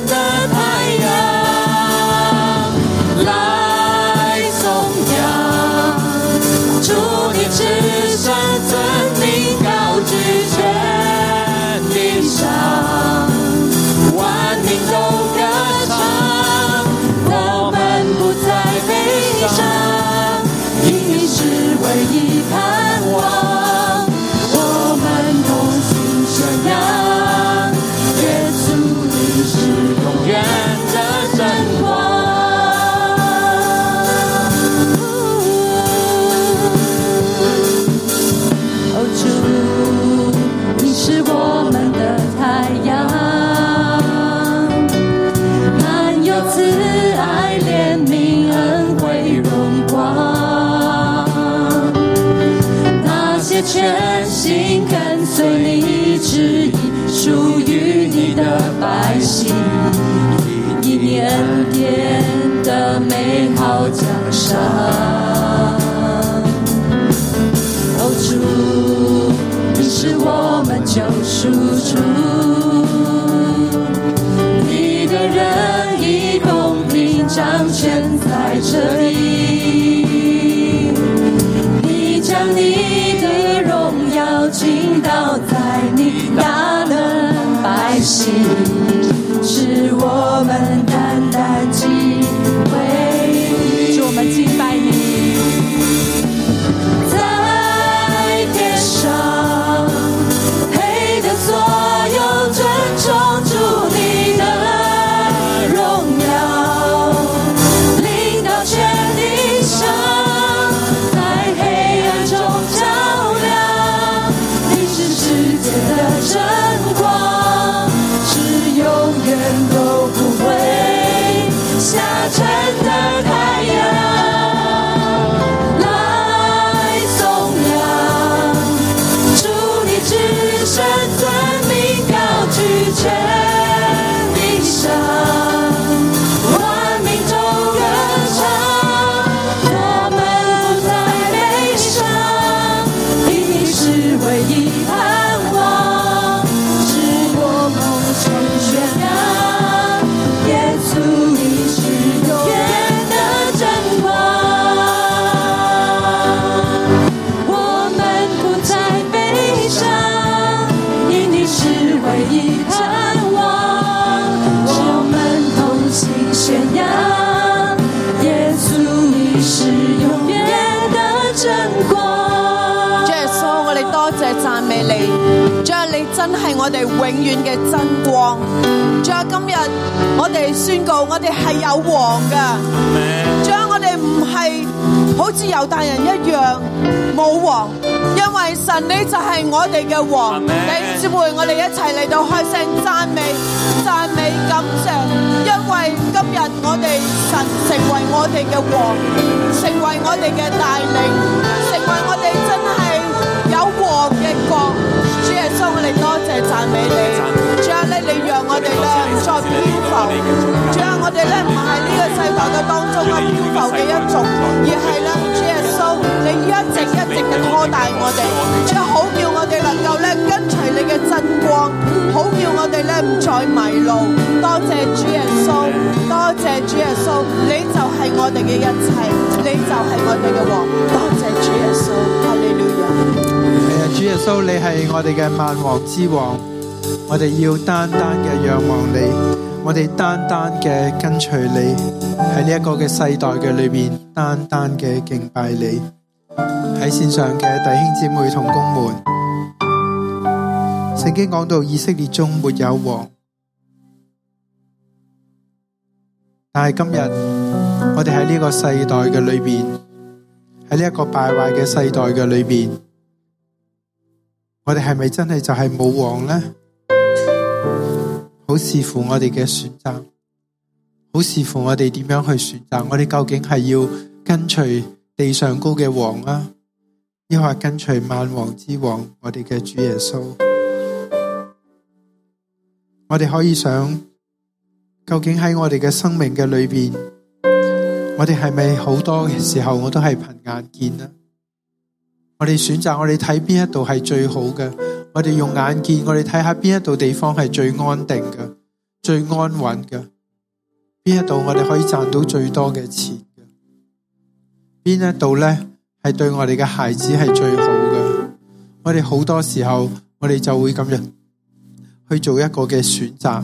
的太阳。来颂扬，祝你至圣尊名高举全地上，万民都歌唱，我们不再悲伤，因你是唯一盼望，我们同心宣扬，耶稣你是永远的真光。哦主，你是我们的太阳，满有慈爱、怜悯、恩惠、荣光。那些全心跟随你旨意、属于你的百姓，以你恩典的美好奖赏。哦，主，你是我们救赎主。你的仁义公平掌权在这里，你将你的荣耀倾倒在你大能百姓，使我们单单敬畏。主，我们敬拜你。在天上，配得所有尊崇主你的荣耀，领到全地上，在黑暗中照亮，你是世界的真光，是永远都不会下沉的太阳。来颂扬，祝你至圣尊名高举全地上，万民都歌唱，我们不再悲伤，因你是唯一盼望，是我梦中宣扬，耶稣你是永远的真光。我们不再悲伤，因你是唯一盼望。我们同心宣扬，耶稣你是永远的真光。主耶稣，我哋多谢赞美你，主啊，你真系我哋永远嘅真光。主啊，今日我哋宣告，我哋系有王噶。主啊，我哋唔系好似犹大人一样冇王，因为神你就系我哋嘅王。 Amen 弟兄姊妹，我哋一齐嚟到开声赞美、赞美、感谢，因为今日我哋神成为我哋嘅王，成为我哋嘅带领，成为我哋真系有王嘅国。主耶稣，我哋多谢赞美你。主啊，你你让我哋咧唔再漂浮。主啊，我哋咧唔係呢個世代嘅當中嘅漂浮嘅一族，而係咧主耶穌，你一直一直嘅拖大我哋，主啊好叫我哋能夠咧跟隨你嘅真光，好叫我哋咧唔再迷路。多謝主耶穌，多謝主耶穌，你就係我哋嘅一切，你就係我哋嘅王。多謝主耶穌，哈利路亞。係啊，主耶穌，你係我哋嘅萬王之王，我哋要單單嘅仰望你，我哋單單嘅跟隨你，喺呢一個嘅世代嘅裏邊，單單嘅敬拜你。喺線上嘅弟兄姊妹同工們，聖經講到以色列中沒有王，但係今日我哋喺呢個世代嘅裏邊，喺呢一個敗壞嘅世代嘅裏邊。我哋系咪真系就系冇王呢？好视乎我哋嘅选择，好视乎我哋点样去选择。我哋究竟系要跟随地上高嘅王啊，抑或跟随万王之王，我哋嘅主耶稣？我哋可以想，究竟喺我哋嘅生命嘅里边，我哋系咪好多嘅时候我都系凭眼见呢？我哋選擇我哋睇邊一度係最好嘅，我哋用眼見，我哋睇下邊一度地方係最安定嘅、最安穩嘅，邊一度我哋可以賺到最多嘅錢嘅，邊一度呢係對我哋嘅孩子係最好嘅。我哋好多時候，我哋就會咁樣去做一個嘅選擇，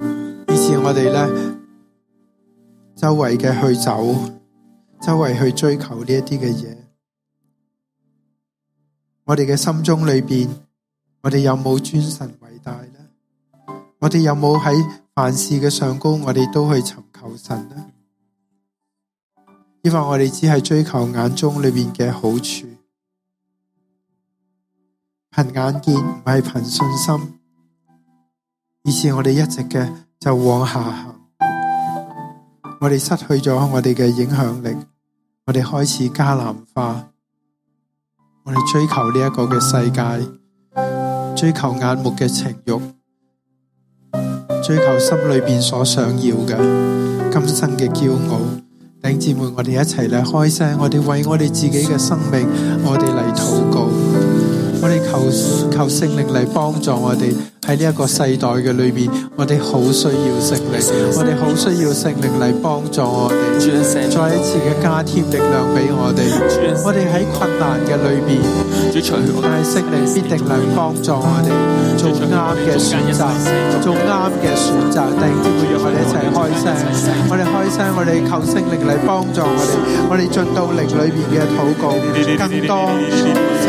以致我哋呢周圍嘅去走，周圍去追求呢一啲嘅嘢。我哋嘅心中里边，我哋有冇尊神为大呢？我哋有冇喺凡事嘅上高，我哋都去寻求神呢？抑或我哋只系追求眼中里边嘅好处，凭眼见唔系凭信心，以致我哋一直嘅就往下行，我哋失去咗我哋嘅影响力，我哋开始加南化。我哋追求呢一个嘅世界，追求眼目嘅情欲，追求心里边所想要嘅今生嘅骄傲。弟兄姊妹，我哋一齐嚟开声，我哋为我哋自己嘅生命，我哋嚟祷告，我哋求求圣灵嚟帮助我哋喺呢一个世代嘅里边，我哋好需要圣灵，我哋好需要圣灵嚟帮助我哋，主啊聖靈再一次嘅加添力量俾我哋。我哋喺困難嘅裏邊，主除去我但係聖靈必定能幫助我哋做啱嘅選擇，做啱嘅選擇。弟兄姊妹，讓我哋一齊開聲，我哋開聲，我哋求聖靈嚟幫助我哋，我哋進到靈裏邊嘅禱告，更多聖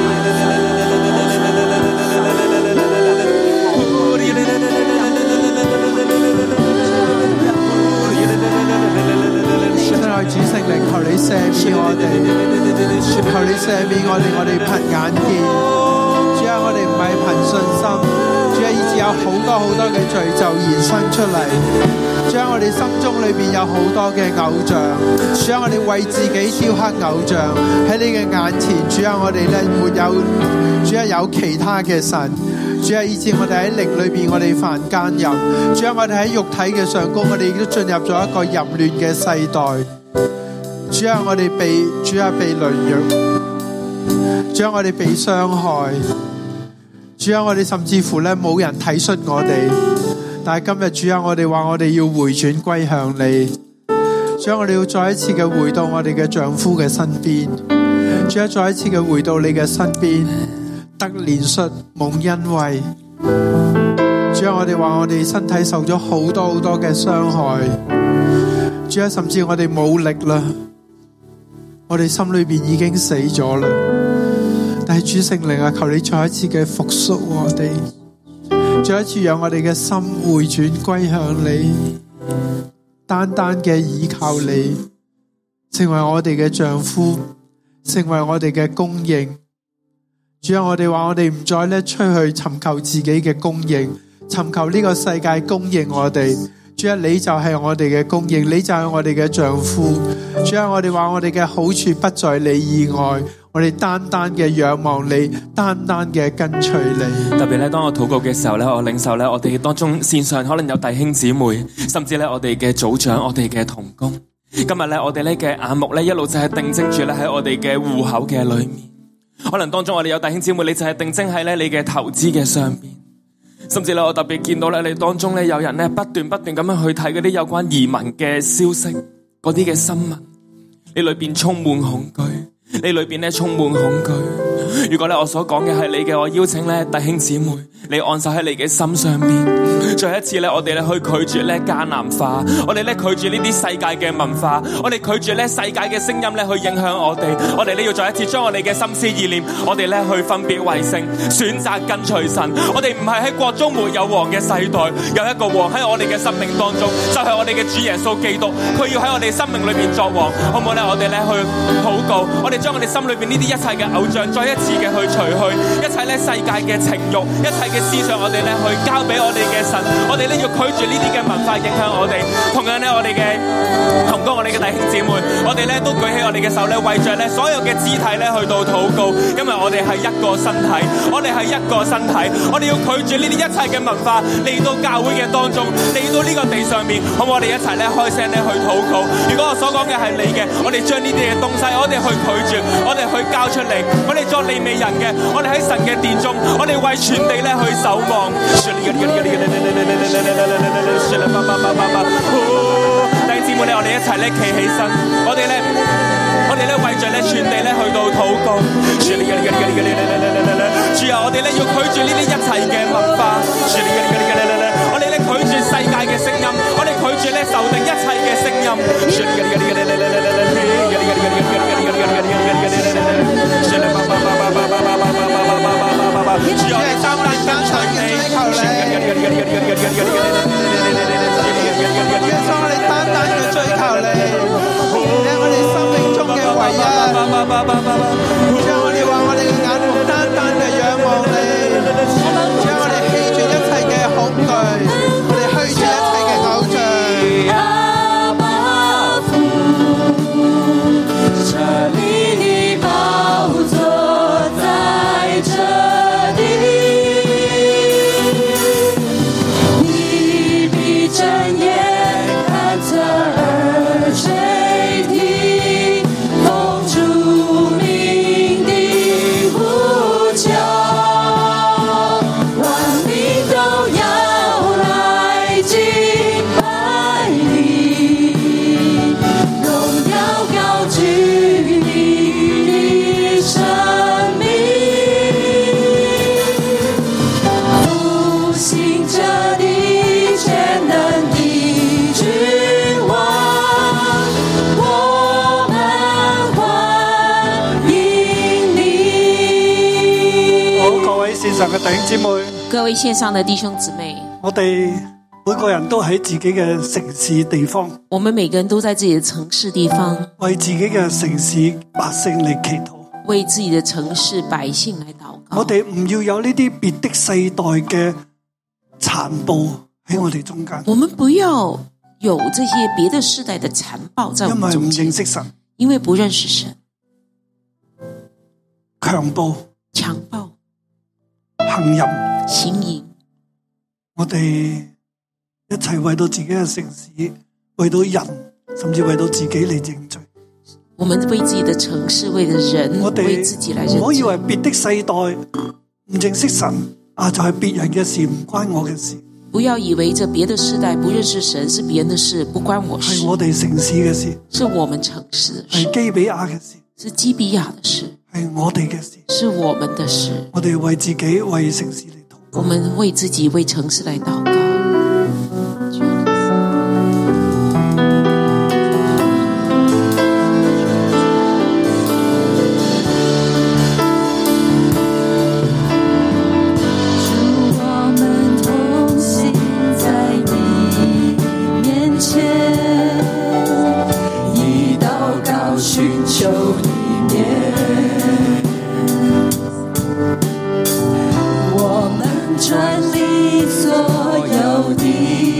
真係主聖靈，求你赦免我哋，求你赦免我哋，我哋憑眼見。主啊，我哋唔係憑信心，主啊，以致有好多好多嘅罪就延伸出嚟。主啊，我哋心中裏邊有好多嘅偶像，主啊，我哋為自己雕刻偶像喺你嘅眼前。主啊，我哋咧沒有，主啊有其他嘅神。主啊，以致我哋喺靈裏边，我哋犯奸淫；主啊，我哋喺肉體嘅上高，我哋亦都進入咗一個淫亂嘅世代。主啊，我哋被主啊被凌辱，主啊我哋被傷害，主啊我哋甚至乎咧冇人體恤我哋。但係今日主啊，我哋話我哋要回轉歸向你，主啊我哋要再一次嘅回到我哋嘅丈夫嘅身邊，主啊再一次嘅回到你嘅身邊。得憐恤蒙恩惠。主啊，我哋话我哋身体受咗好多好多嘅伤害，主啊，甚至我哋冇力啦，我哋心里边已经死咗啦。但系主圣灵啊，求你再一次嘅复苏我哋，再一次让我哋嘅心回转归向你，单单嘅倚靠你，成为我哋嘅丈夫，成为我哋嘅供应。主啊，我哋话我哋唔再咧出去寻求自己嘅供应，寻求呢个世界供应我哋。主啊，你就系我哋嘅供应，你就系我哋嘅丈夫。主啊，我哋话我哋嘅好处不在你以外，我哋單單嘅仰望你，單單嘅跟隨你。特別咧，當我禱告嘅時候咧，我領受咧，我哋當中線上可能有弟兄姊妹，甚至咧我哋嘅組長、我哋嘅同工。今日咧，我哋咧嘅眼目咧一路就係定睛住咧喺我哋嘅户口嘅裏面。可能當中我哋有弟兄姊妹，你就係定睛喺咧你嘅投資嘅上邊。甚至咧，我特別見到咧，你當中咧有人咧不斷不斷咁樣去睇嗰啲有關移民嘅消息，嗰啲嘅新聞，你裏邊充滿恐懼，你裏邊咧充滿恐懼。如果咧我所講嘅係你嘅，我邀請咧弟兄姊妹，你按手喺你嘅心上面。最後一次咧，我哋咧去拒絕咧迦南化，我哋咧拒絕呢啲世界嘅文化，我哋拒絕咧世界嘅聲音咧去影響我哋。我哋咧要再一次將我哋嘅心思意念，我哋咧去分別為聖，選擇跟隨神。我哋唔係喺國中沒有王嘅世代，有一個王喺我哋嘅生命當中，就係、我哋嘅主耶穌基督。佢要喺我哋生命裏面作王，好唔好咧？我哋咧去禱告，我哋將我哋心裏邊呢啲一切嘅偶像，再一次嘅去除去，一切咧世界嘅情欲，一切嘅思想，我哋咧去交俾我哋嘅神。我哋咧要拒絕呢啲嘅文化影響我哋。同樣咧，我哋嘅同工，我哋嘅弟兄姊妹，我哋咧都舉起我哋嘅手咧，為着咧所有嘅肢體咧去到禱告，因為我哋係一個身體，我哋係一個身體，我哋要拒絕呢啲一切嘅文化嚟到教會嘅當中，嚟到呢個地上面，好唔好？我哋一齊咧開聲咧去禱告。如果我所講嘅係你嘅，我哋將呢啲嘅東西，我哋去拒絕，我哋去交出嚟，我哋作利未人嘅，我哋喺神嘅殿中，我哋為全地咧去守望。弟兄姊妹咧，我哋一齊咧企起身，我哋咧。我哋咧為着咧全地咧去到禱告，主啊，我哋咧要拒絕呢啲一切嘅文化，我哋咧拒絕世界嘅聲音，我哋拒絕咧受定一切嘅聲音。主啊，我哋單單跟隨你。耶穌，我哋單單嘅追求你，你係我哋生命中嘅唯一。將我哋話我哋嘅眼目單單嘅仰望你，將我哋棄絕一切嘅恐懼，我哋棄絕一切嘅偶像。阿爸父，这里的宝座在这里，你闭着眼看着耳垂听，风主命的呼叫，万民都要来敬拜你，荣耀高举你的生命。复兴着你全能的君王，我们欢迎你。好，各位线上嘅弟兄姊妹，各位线上的弟兄姊妹，我哋每個人都喺自己嘅城市地方，我们每个人都在自己的城市地方，為自己嘅城市百姓嚟祈禱。为自己的城市百姓来祷告我。哋唔要有呢啲別的世代嘅殘暴喺我哋中間，我们不要有这些别的世代的残暴在我因们為中唔認间，識神，因为不认识神，強暴强暴、行淫。行淫，我哋一齊為到自己嘅城市，為到人，甚至為到自己嚟認罪。我们为自己的城市、为了人、我为哋嗯自己来认唔好以為罪。別的世代唔認識神啊，就係別人嘅事，唔關我嘅事，不要以为这别的世代不认识神是别人的事，不关我事係，哎我哎哋城市嘅事，是我们城市的係事，基比亞嘅事，是基比亚的事，係我哋嘅事。是我们的事。我哋為自己、為城市嚟禱告。我们为自己、为城市来祷告。祝我们同行在你面前，以祷告寻求你面。我们转离所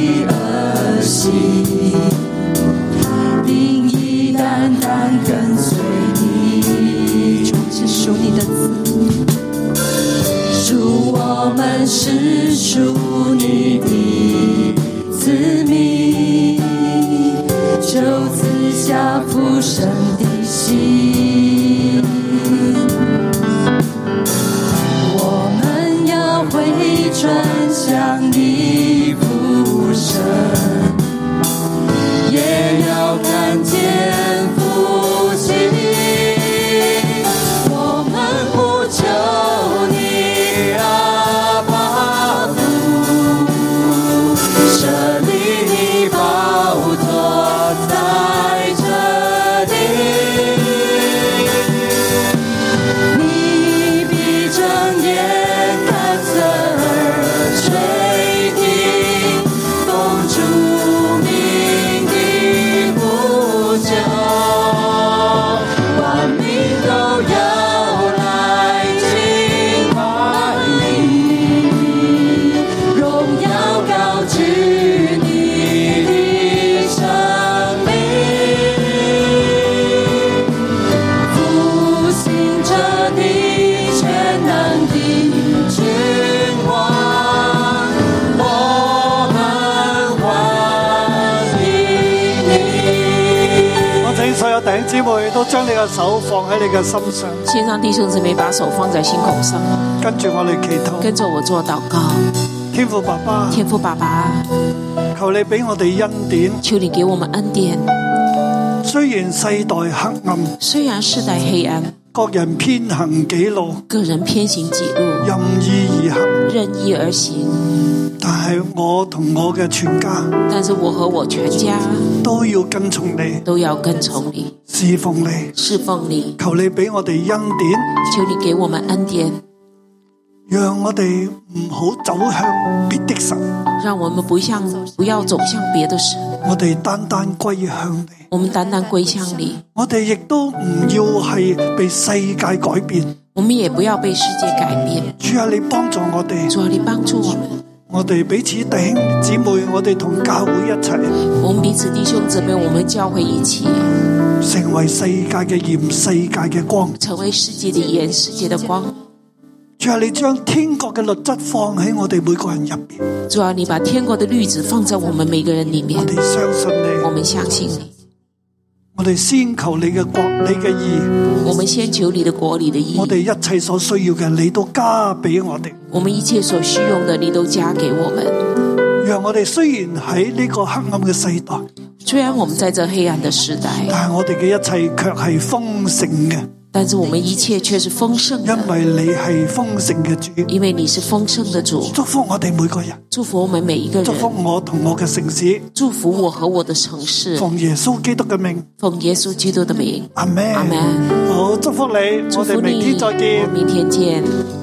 兄姊妹都將你嘅手放喺你嘅心上，线上弟兄姊妹把手放在心口上，跟住我哋祈禱。跟着我做祷告。天父爸爸，天父爸爸，求你俾我哋恩典。求你给我们恩典。雖然世代黑暗，虽然世代黑暗，各人偏行己路，个人偏行己路，任意而任意而行，行，但係我同我嘅全家但是我和我全家都要跟從你，都要跟从你，侍奉你。侍奉你。求你俾我哋恩典，求你给我们恩典，讓我哋唔好走向別的神，让我们不向不要走向别的神，我哋單單歸向你。我们单单归向你。我哋亦都唔要係被世界改變。我们也不要被世界改变。主啊，你幫助我哋，主啊，你帮助我们。我哋彼此弟兄姊妹，我哋同教會一齊我们彼此弟兄姊妹，我们教会一起成為世界嘅鹽，世界嘅光。成为世界的盐，世界的光。主啊，你將天國嘅律則放喺我哋每個人入边，主啊，你把天国的律子放在我们每个人里面我，哋相信我你，们相信你。我哋先求你嘅國，你嘅義，我们先求你的国里的义，我哋一切所需要嘅，你都加俾我哋。我们一切所需用的，你都加给我们。讓我哋雖然喺呢個黑暗嘅世代，虽然我们在这黑暗的时代，但係我哋嘅一切卻係豐盛嘅，但是我们一切却是丰盛因的，為你係豐盛嘅主。因为你是丰盛的主。祝福我哋每個人，祝福我们每一个祝福人，我同我嘅城市，祝福我和我的城市。奉耶穌基督嘅名，奉耶稣基督的名，阿咩？阿門好，祝福你，祝我哋福明你。天再見我。明天见。